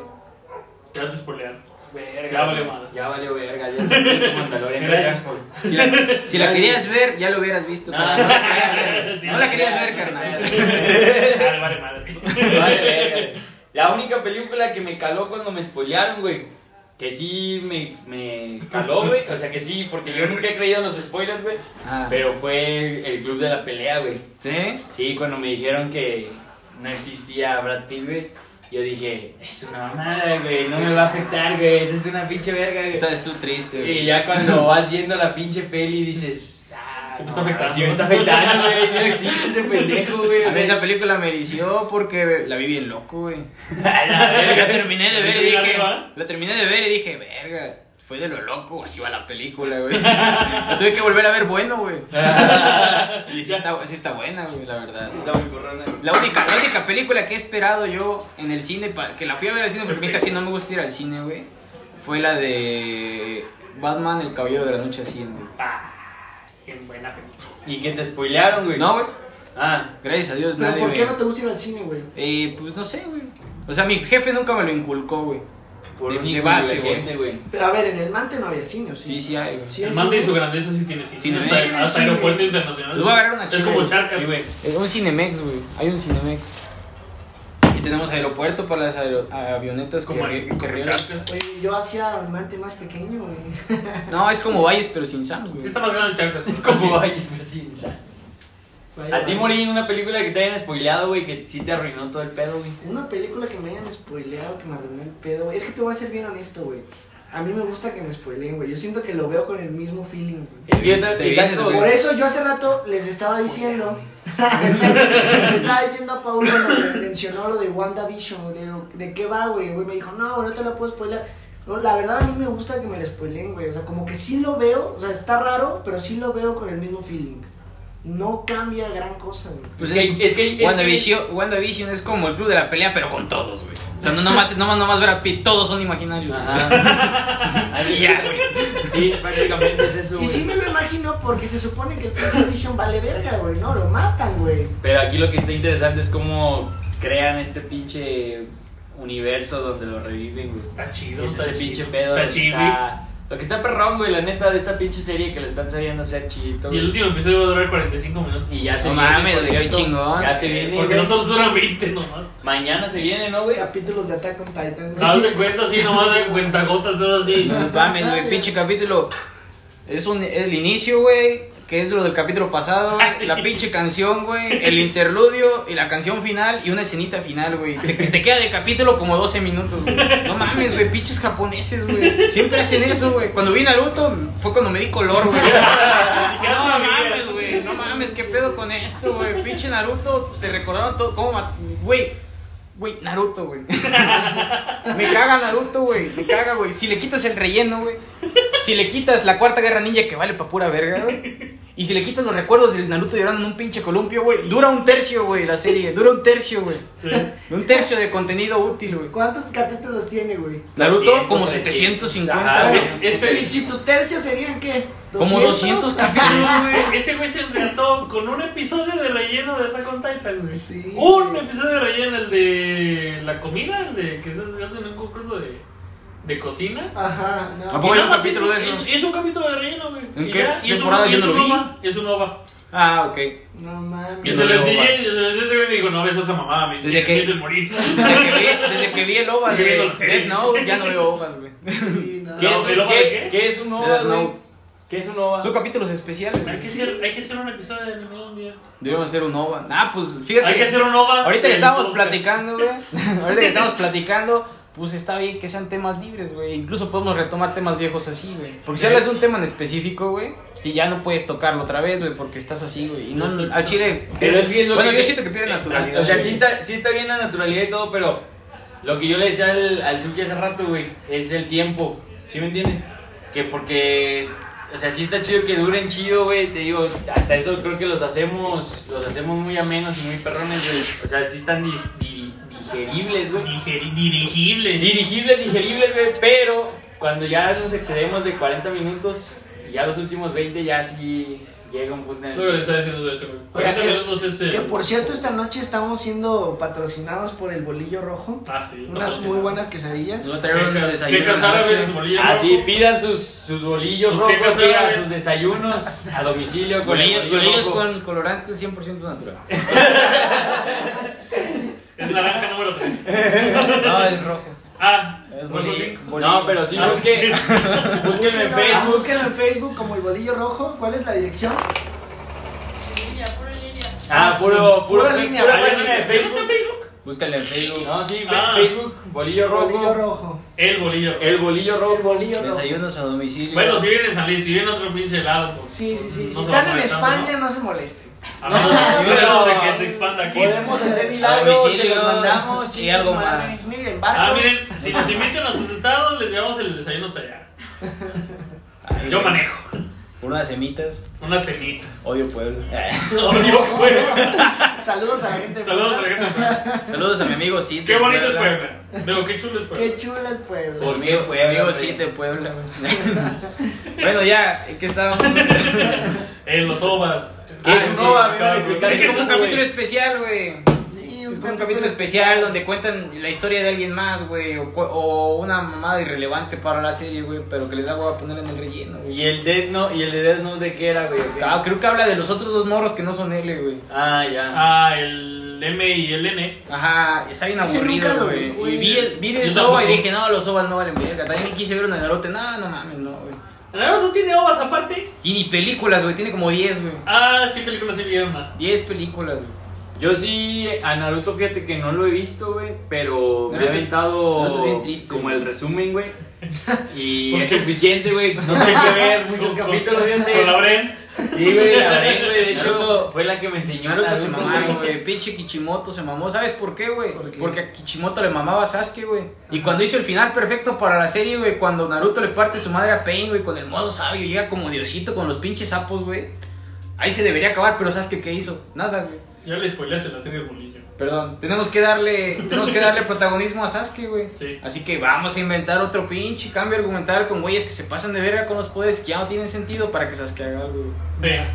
[SPEAKER 3] Ya te spoilearon.
[SPEAKER 2] Verga.
[SPEAKER 3] Ya
[SPEAKER 2] <laughs>
[SPEAKER 3] valió madre.
[SPEAKER 2] Ya valió verga, ya se fue tu Mandalorian.
[SPEAKER 3] Mira, ya.
[SPEAKER 2] Gracias por...
[SPEAKER 1] <laughs> Si la, si la querías ver, ya lo hubieras visto.
[SPEAKER 2] No,
[SPEAKER 1] carnal.
[SPEAKER 2] no la querías ver.
[SPEAKER 1] No la querías ver, carnal.
[SPEAKER 3] Vale, vale, madre.
[SPEAKER 2] <laughs> Vale, verga. La única película que me caló cuando me spoilearon, güey. Que sí me, me caló, güey. O sea que sí, porque yo nunca he creído en los spoilers, güey.
[SPEAKER 1] Ah,
[SPEAKER 2] Pero fue el club de la pelea, güey.
[SPEAKER 1] ¿Sí?
[SPEAKER 2] Sí, cuando me dijeron que no existía Brad Pitt, güey. Yo dije, es una mamada, güey. No me va a afectar, güey. Esa es una pinche verga, güey.
[SPEAKER 1] Estás tú triste, güey.
[SPEAKER 2] Y ya cuando vas viendo la pinche peli dices, ah,
[SPEAKER 3] Sí me
[SPEAKER 2] no,
[SPEAKER 3] está afectando.
[SPEAKER 2] sí me está afectando, güey. No existe ese pendejo, güey.
[SPEAKER 1] A mí esa película me erició porque la vi bien loco, güey.
[SPEAKER 2] <laughs> A la
[SPEAKER 1] La
[SPEAKER 2] verga.
[SPEAKER 1] terminé de ver y
[SPEAKER 4] <laughs>
[SPEAKER 3] ¿Arriba,
[SPEAKER 1] dije.
[SPEAKER 3] arriba?
[SPEAKER 1] La terminé de ver y dije, verga, fue de lo loco, así va la película,
[SPEAKER 4] <laughs>
[SPEAKER 1] güey. La tuve que volver a ver bueno, güey. Y sí está, sí está buena, güey, la verdad.
[SPEAKER 2] Sí, está muy corrona.
[SPEAKER 1] La única, la única película que he esperado yo en el cine, pa- que la fui a ver al cine, porque a mí casi no me gusta ir al cine, güey, fue la de Batman, el caballero de la noche haciendo.
[SPEAKER 3] Ah, qué buena película.
[SPEAKER 2] ¿Y que te spoilearon, güey?
[SPEAKER 1] No, güey,
[SPEAKER 2] Ah,
[SPEAKER 1] gracias a Dios,
[SPEAKER 4] Pero
[SPEAKER 1] nadie
[SPEAKER 4] ¿por qué
[SPEAKER 1] me-
[SPEAKER 4] no te gusta ir al cine, güey?
[SPEAKER 1] Eh, pues no sé, güey. O sea, mi jefe nunca me lo inculcó, güey.
[SPEAKER 2] Por
[SPEAKER 1] De-
[SPEAKER 2] un
[SPEAKER 1] de
[SPEAKER 2] hijo
[SPEAKER 1] base,
[SPEAKER 2] la gente, güey.
[SPEAKER 4] Pero a ver, en el Mante no había cine, ¿o sí?
[SPEAKER 1] Sí, sí hay, güey.
[SPEAKER 4] Sí,
[SPEAKER 3] El
[SPEAKER 4] sí,
[SPEAKER 3] Mante y
[SPEAKER 4] güey.
[SPEAKER 3] su grandeza sí tiene cine.
[SPEAKER 1] Cinemex,
[SPEAKER 3] hasta, hasta
[SPEAKER 4] sí,
[SPEAKER 3] aeropuerto
[SPEAKER 4] güey.
[SPEAKER 3] internacional.
[SPEAKER 1] Les voy a agarrar una
[SPEAKER 3] Es
[SPEAKER 1] chela,
[SPEAKER 3] como
[SPEAKER 1] güey.
[SPEAKER 3] charcas.
[SPEAKER 2] Sí, güey.
[SPEAKER 1] Es un Cinemex, güey. Hay un Cinemex. Y tenemos aeropuerto para las aero- avionetas
[SPEAKER 3] como
[SPEAKER 1] que,
[SPEAKER 3] como
[SPEAKER 1] que
[SPEAKER 3] charcas.
[SPEAKER 1] riegan.
[SPEAKER 4] Oye, yo hacía un Mante más pequeño, güey.
[SPEAKER 1] No, es como Valles, pero sin Sams,
[SPEAKER 3] Sí
[SPEAKER 1] güey.
[SPEAKER 3] está más grande charcas.
[SPEAKER 2] Es como <laughs> vayas, güey, sin sal.
[SPEAKER 4] Vaya,
[SPEAKER 2] A ti,
[SPEAKER 4] vaya.
[SPEAKER 2] Morín, una película que te hayan spoileado, güey, que sí te arruinó todo el pedo, güey.
[SPEAKER 4] Una película que me hayan spoileado, que me arruinó el pedo, güey. Es que te voy a ser bien honesto, güey. A mí me gusta que me spoileen, güey. Yo siento que lo veo con el mismo feeling, güey.
[SPEAKER 2] Es que yo te-
[SPEAKER 1] Te vienes,
[SPEAKER 2] exacto,
[SPEAKER 1] güey.
[SPEAKER 4] Por eso yo hace rato les estaba diciendo, <laughs> les estaba diciendo a Paulo cuando mencionó lo de WandaVision, le digo, ¿de qué va, güey? Güey, Me dijo, no, güey, no te la puedo spoiler. No, la verdad a mí me gusta que me la spoilen, güey. O sea, como que sí lo veo, o sea, está raro, pero sí lo veo con el mismo feeling. No cambia gran cosa, güey.
[SPEAKER 1] Pues
[SPEAKER 2] Es
[SPEAKER 1] es,
[SPEAKER 2] que- es que- es que-
[SPEAKER 1] WandaVision, WandaVision es como el club de la pelea, pero con todos, güey. O sea, no nomás, no, nomás ver a Pete, todos son imaginarios.
[SPEAKER 2] Ajá.
[SPEAKER 1] <laughs>
[SPEAKER 2] Así
[SPEAKER 1] Y ya, güey.
[SPEAKER 2] Sí, prácticamente es eso,
[SPEAKER 4] Y
[SPEAKER 2] güey.
[SPEAKER 4] sí me lo imagino porque se supone que el pinche Vision vale verga, güey, ¿no? Lo matan, güey.
[SPEAKER 2] Pero aquí lo que está interesante es cómo crean este pinche universo donde lo reviven, güey.
[SPEAKER 3] Está chido,
[SPEAKER 2] Es
[SPEAKER 3] está
[SPEAKER 2] ese
[SPEAKER 3] chido.
[SPEAKER 2] pinche pedo.
[SPEAKER 3] Está
[SPEAKER 2] lo que
[SPEAKER 3] chido.
[SPEAKER 2] está- Lo que está perrón, güey, la neta, de esta pinche serie que le están sabiendo hacer chidito.
[SPEAKER 3] Y el
[SPEAKER 2] güey.
[SPEAKER 3] último episodio va a durar 45 minutos. Eh,
[SPEAKER 2] Y ya se
[SPEAKER 1] No
[SPEAKER 2] viene.
[SPEAKER 1] mames,
[SPEAKER 2] por
[SPEAKER 1] güey, qué
[SPEAKER 2] cierto,
[SPEAKER 1] chingón.
[SPEAKER 2] Ya se viene.
[SPEAKER 3] Porque
[SPEAKER 2] güey.
[SPEAKER 3] nosotros duran 20 nomás.
[SPEAKER 2] Mañana se viene, ¿no, güey?
[SPEAKER 4] Capítulos de Attack on Titan. güey.
[SPEAKER 3] Haz de cuenta así, nomás de cuentagotas, todo así.
[SPEAKER 1] No mames, güey, pinche capítulo. Es un, el inicio, güey, que es lo del capítulo pasado, güey,
[SPEAKER 3] Ah, sí.
[SPEAKER 1] La pinche canción, güey, el interludio y la canción final y una escenita final, güey. Te, te queda de capítulo como 12 minutos, güey. No mames, güey, pinches japoneses, güey. Siempre hacen eso, güey. Cuando vi Naruto fue cuando me di color, güey.
[SPEAKER 3] Ya
[SPEAKER 1] <laughs> No
[SPEAKER 3] sabía.
[SPEAKER 1] mames, güey,
[SPEAKER 3] <laughs>
[SPEAKER 1] no mames, qué pedo con esto, güey. Pinche Naruto, te recordaron todo, cómo mat- güey. Güey, Naruto,
[SPEAKER 3] <laughs>
[SPEAKER 1] güey. Me caga Naruto, güey. Me caga, güey. Si le quitas el relleno, güey. Si le quitas la cuarta guerra ninja que vale pa' pura verga, güey. Y si le quitas los recuerdos del Naruto llorando en un pinche columpio, güey. Dura un tercio, güey, la serie. Dura un tercio, güey.
[SPEAKER 3] Sí.
[SPEAKER 1] Un tercio de contenido útil, güey.
[SPEAKER 4] ¿Cuántos capítulos tiene, güey?
[SPEAKER 1] Naruto, como
[SPEAKER 2] 300,
[SPEAKER 1] 750,
[SPEAKER 2] ajá,
[SPEAKER 1] güey.
[SPEAKER 3] Este-
[SPEAKER 4] Si, si tu tercio serían qué?
[SPEAKER 1] Como 200 capítulos, güey.
[SPEAKER 3] Ese güey se enfrentó con un episodio de relleno de Attack on Titan, güey.
[SPEAKER 4] Sí.
[SPEAKER 3] Un episodio de relleno, el de la comida, el de que se hacen un concurso de, de cocina.
[SPEAKER 4] Ajá, no.
[SPEAKER 1] ¿A poco
[SPEAKER 3] Y
[SPEAKER 1] hay
[SPEAKER 3] nada
[SPEAKER 1] un
[SPEAKER 3] más
[SPEAKER 1] Ah, capítulo
[SPEAKER 3] hizo-
[SPEAKER 1] de eso?
[SPEAKER 3] hizo- hizo un capítulo de relleno, güey.
[SPEAKER 1] ¿En
[SPEAKER 3] Y
[SPEAKER 1] qué
[SPEAKER 3] ya, y es un-
[SPEAKER 1] temporada?
[SPEAKER 3] y
[SPEAKER 1] Yo
[SPEAKER 3] es
[SPEAKER 1] no
[SPEAKER 3] un
[SPEAKER 1] lo vi.
[SPEAKER 3] ova, y Es un ova.
[SPEAKER 1] Ah, ok.
[SPEAKER 4] No
[SPEAKER 3] Y
[SPEAKER 4] mames.
[SPEAKER 1] Yo no
[SPEAKER 3] se lo
[SPEAKER 1] veo
[SPEAKER 3] enseñé,
[SPEAKER 1] ovas.
[SPEAKER 3] y se lo enseñé, y me dijo, no ves esa mamada, me
[SPEAKER 1] Desde
[SPEAKER 3] dice,
[SPEAKER 1] que-
[SPEAKER 3] me dice morir.
[SPEAKER 1] Desde que vi, desde que vi el OVA
[SPEAKER 3] Sigue
[SPEAKER 1] de
[SPEAKER 3] viendo la serie.
[SPEAKER 1] Death Note, ya no veo OVAs, güey.
[SPEAKER 4] Sí, no.
[SPEAKER 2] ¿Qué,
[SPEAKER 3] No,
[SPEAKER 2] es,
[SPEAKER 3] ¿el
[SPEAKER 2] un,
[SPEAKER 3] OVA de
[SPEAKER 2] ¿qué,
[SPEAKER 3] qué?
[SPEAKER 2] ¿Qué es un OVA,
[SPEAKER 1] No.
[SPEAKER 2] güey? ¿Qué es un OVA?
[SPEAKER 1] Son capítulos especiales.
[SPEAKER 3] Hay que, hacer, hay que hacer un episodio de anime un día.
[SPEAKER 1] Debemos hacer un OVA. Ah, pues fíjate.
[SPEAKER 3] Hay que hacer un OVA.
[SPEAKER 1] Ahorita que
[SPEAKER 3] del
[SPEAKER 1] estábamos
[SPEAKER 3] podcast.
[SPEAKER 1] platicando, güey. <laughs> Ahorita que estábamos platicando, pues está bien que sean temas libres, güey. Incluso podemos retomar temas viejos así, güey. Porque si hablas de un tema en específico, güey, que ya no puedes tocarlo otra vez, güey, porque estás así, güey. Y no,
[SPEAKER 3] Exacto.
[SPEAKER 1] al chile.
[SPEAKER 2] Pero es bien lo
[SPEAKER 1] bueno,
[SPEAKER 2] que- eh,
[SPEAKER 1] yo siento que pierde naturalidad.
[SPEAKER 2] O sea, sí
[SPEAKER 1] güey.
[SPEAKER 2] está, sí está bien la naturalidad y todo, pero lo que yo le decía al, al Suki hace rato, güey, es el tiempo. ¿Sí me entiendes? Que porque, o sea, sí está chido que duren chido, güey. Te digo, hasta eso creo que los hacemos, los hacemos muy amenos y muy perrones, güey. O sea, sí están di- di- digeribles, güey.
[SPEAKER 3] Digeri- Dirigible.
[SPEAKER 2] Dirigibles, digeribles, güey, pero cuando ya nos excedemos de 40 minutos, ya los últimos 20 ya sí llega un punto en el
[SPEAKER 3] Lo que le está diciendo eso, güey.
[SPEAKER 4] Oiga,
[SPEAKER 3] 40 minutos es
[SPEAKER 4] que,
[SPEAKER 3] el-
[SPEAKER 4] que por cierto, esta noche estamos siendo patrocinados por el bolillo rojo.
[SPEAKER 3] Ah, sí.
[SPEAKER 4] Unas muy buenas quesadillas.
[SPEAKER 1] Nos va a traer un desayuno
[SPEAKER 3] ¿Qué
[SPEAKER 1] en la
[SPEAKER 3] casar a
[SPEAKER 1] noche.
[SPEAKER 3] ver bolillos?
[SPEAKER 2] Así Ah, pidan sus, sus bolillos
[SPEAKER 3] Sus
[SPEAKER 2] rojos,
[SPEAKER 3] quecas
[SPEAKER 2] pidan
[SPEAKER 3] árabes.
[SPEAKER 2] sus desayunos a domicilio con
[SPEAKER 1] Bolillos,
[SPEAKER 2] el bolillo
[SPEAKER 1] bolillos
[SPEAKER 2] rojo.
[SPEAKER 1] con colorantes 100% natural.
[SPEAKER 3] Es naranja número 3.
[SPEAKER 1] No, es rojo.
[SPEAKER 3] Ah,
[SPEAKER 1] Es
[SPEAKER 3] número
[SPEAKER 1] bolillo.
[SPEAKER 3] cinco.
[SPEAKER 1] bolillo.
[SPEAKER 2] No, pero sí
[SPEAKER 3] Ah,
[SPEAKER 2] busquen,
[SPEAKER 4] Búsquenlo
[SPEAKER 2] búsquenme en Facebook.
[SPEAKER 4] Búsquenlo Ah, en Facebook como el bolillo rojo. ¿Cuál es la dirección?
[SPEAKER 2] Ah, puro, puro,
[SPEAKER 4] Pura
[SPEAKER 2] fe-
[SPEAKER 4] línea,
[SPEAKER 2] pura
[SPEAKER 3] Ah, ya no
[SPEAKER 2] página de
[SPEAKER 3] está. ¿No está
[SPEAKER 2] Facebook.
[SPEAKER 3] Facebook?
[SPEAKER 1] Búscale en Facebook.
[SPEAKER 2] No, sí,
[SPEAKER 3] Ah.
[SPEAKER 2] Facebook, bolillo rojo,
[SPEAKER 4] Bolillo rojo.
[SPEAKER 3] <laughs> El bolillo.
[SPEAKER 2] el bolillo
[SPEAKER 4] El
[SPEAKER 2] rojo.
[SPEAKER 4] bolillo rojo.
[SPEAKER 1] Desayunos a domicilio.
[SPEAKER 3] Bueno, si vienen a salir, si viene otro pinche helado. pues,
[SPEAKER 4] Sí, sí, sí.
[SPEAKER 3] no
[SPEAKER 4] Si
[SPEAKER 3] se
[SPEAKER 4] están
[SPEAKER 3] va a
[SPEAKER 4] en
[SPEAKER 3] molestar, ¿no?
[SPEAKER 4] <laughs> España, no se molesten.
[SPEAKER 3] A menos-
[SPEAKER 2] Ah,
[SPEAKER 3] a menos de
[SPEAKER 2] pero-
[SPEAKER 3] que se expanda aquí.
[SPEAKER 2] Podemos hacer milagros, se los mandamos,
[SPEAKER 1] y
[SPEAKER 2] chicos,
[SPEAKER 1] algo
[SPEAKER 2] madre.
[SPEAKER 1] más.
[SPEAKER 4] Miren,
[SPEAKER 3] Ah,
[SPEAKER 4] barco.
[SPEAKER 3] miren, si nos invitan a sus estados, les llevamos el desayuno
[SPEAKER 4] <laughs>
[SPEAKER 3] hasta allá.
[SPEAKER 1] Ay,
[SPEAKER 3] Yo
[SPEAKER 1] güey.
[SPEAKER 3] manejo.
[SPEAKER 1] Unas semitas.
[SPEAKER 3] Unas cenitas.
[SPEAKER 1] Odio pueblo.
[SPEAKER 2] <laughs>
[SPEAKER 3] Odio Puebla.
[SPEAKER 4] <laughs> Saludos a la gente. de
[SPEAKER 3] Saludos,
[SPEAKER 4] Puebla.
[SPEAKER 3] regata.
[SPEAKER 1] Saludos a mi amigo Cid.
[SPEAKER 3] Qué
[SPEAKER 1] de
[SPEAKER 3] bonito es
[SPEAKER 1] Puebla.
[SPEAKER 3] Puebla. Pero qué chulo es Puebla.
[SPEAKER 4] Qué chula es Puebla.
[SPEAKER 2] Por-
[SPEAKER 1] Mi amigo- mi amigo Cid de Puebla. güey. <laughs> bueno, ya, ¿en ¿qué estábamos?
[SPEAKER 3] En Eh, los ovas.
[SPEAKER 1] Ah,
[SPEAKER 2] ¿Qué es
[SPEAKER 1] sí,
[SPEAKER 2] un OVA? Me
[SPEAKER 3] cabrón.
[SPEAKER 2] iban a explicar
[SPEAKER 1] Ah, es
[SPEAKER 2] qué
[SPEAKER 1] como un
[SPEAKER 2] eso, güey.
[SPEAKER 1] capítulo especial, güey.
[SPEAKER 4] Sí,
[SPEAKER 1] Es como un capítulo especial donde cuentan la historia de alguien más, güey, o, cu- o una mamada irrelevante para la serie, güey, pero que les da hueva poner en el relleno, güey.
[SPEAKER 2] ¿Y el Death Note? ¿Y el de Death Note de qué era, güey? ¿O qué?
[SPEAKER 1] Ah, creo que habla de los otros dos morros que no son L, güey.
[SPEAKER 2] Ah, ya.
[SPEAKER 3] Ah, el M y el N.
[SPEAKER 1] Ajá, está bien
[SPEAKER 4] Ese nunca
[SPEAKER 1] aburrido,
[SPEAKER 4] lo vi,
[SPEAKER 1] güey.
[SPEAKER 4] güey.
[SPEAKER 1] Y vi el, vi el
[SPEAKER 3] Yo
[SPEAKER 1] Soba y
[SPEAKER 3] tampoco.
[SPEAKER 1] dije, no, los Sobas no valen verga. También quise ver un Naruto, no, no mames, no, güey.
[SPEAKER 3] Naruto tiene ovas aparte.
[SPEAKER 1] Y ni películas, güey, tiene como 10, güey.
[SPEAKER 3] Ah, sí, películas sí vieron una.
[SPEAKER 1] 10 películas, güey.
[SPEAKER 2] Yo sí, a Naruto, fíjate que no lo he visto, güey, pero me
[SPEAKER 1] Naruto-
[SPEAKER 2] he
[SPEAKER 1] Naruto es
[SPEAKER 2] aventado
[SPEAKER 1] bien triste,
[SPEAKER 2] como
[SPEAKER 1] güey.
[SPEAKER 2] el resumen,
[SPEAKER 1] <laughs>
[SPEAKER 2] güey. Y
[SPEAKER 3] ¿Por
[SPEAKER 2] es
[SPEAKER 3] qué?
[SPEAKER 2] suficiente, güey. No sé que ver
[SPEAKER 1] <laughs>
[SPEAKER 2] muchos capítulos, fíjate.
[SPEAKER 3] Con la Bren.
[SPEAKER 2] Sí, güey, la Bren, güey. De
[SPEAKER 1] Naruto-
[SPEAKER 2] hecho, fue la que me enseñó
[SPEAKER 4] Ah,
[SPEAKER 1] Naruto se
[SPEAKER 2] Naruto,
[SPEAKER 1] mamaron, güey. Pinche Kishimoto se mamó. ¿Sabes por qué, güey?
[SPEAKER 4] ¿Por qué?
[SPEAKER 1] Porque a Kishimoto le mamaba a Sasuke, güey. Y cuando hizo el final perfecto para la serie, güey, cuando Naruto le parte su madre a Pain, güey, con el modo sabio, llega como Diosito con los pinches sapos, güey. Ahí se debería acabar, pero Sasuke, ¿qué hizo? Nada, güey.
[SPEAKER 3] Ya le spoileaste la serie de bolillo.
[SPEAKER 1] Perdón, tenemos que darle, tenemos que
[SPEAKER 4] <laughs>
[SPEAKER 1] darle protagonismo a Sasuke, güey.
[SPEAKER 3] Sí.
[SPEAKER 1] Así que vamos a inventar otro pinche cambio argumental con güeyes que se pasan de verga con los poderes que ya no tienen sentido para que Sasuke haga algo. güey.
[SPEAKER 3] Vea.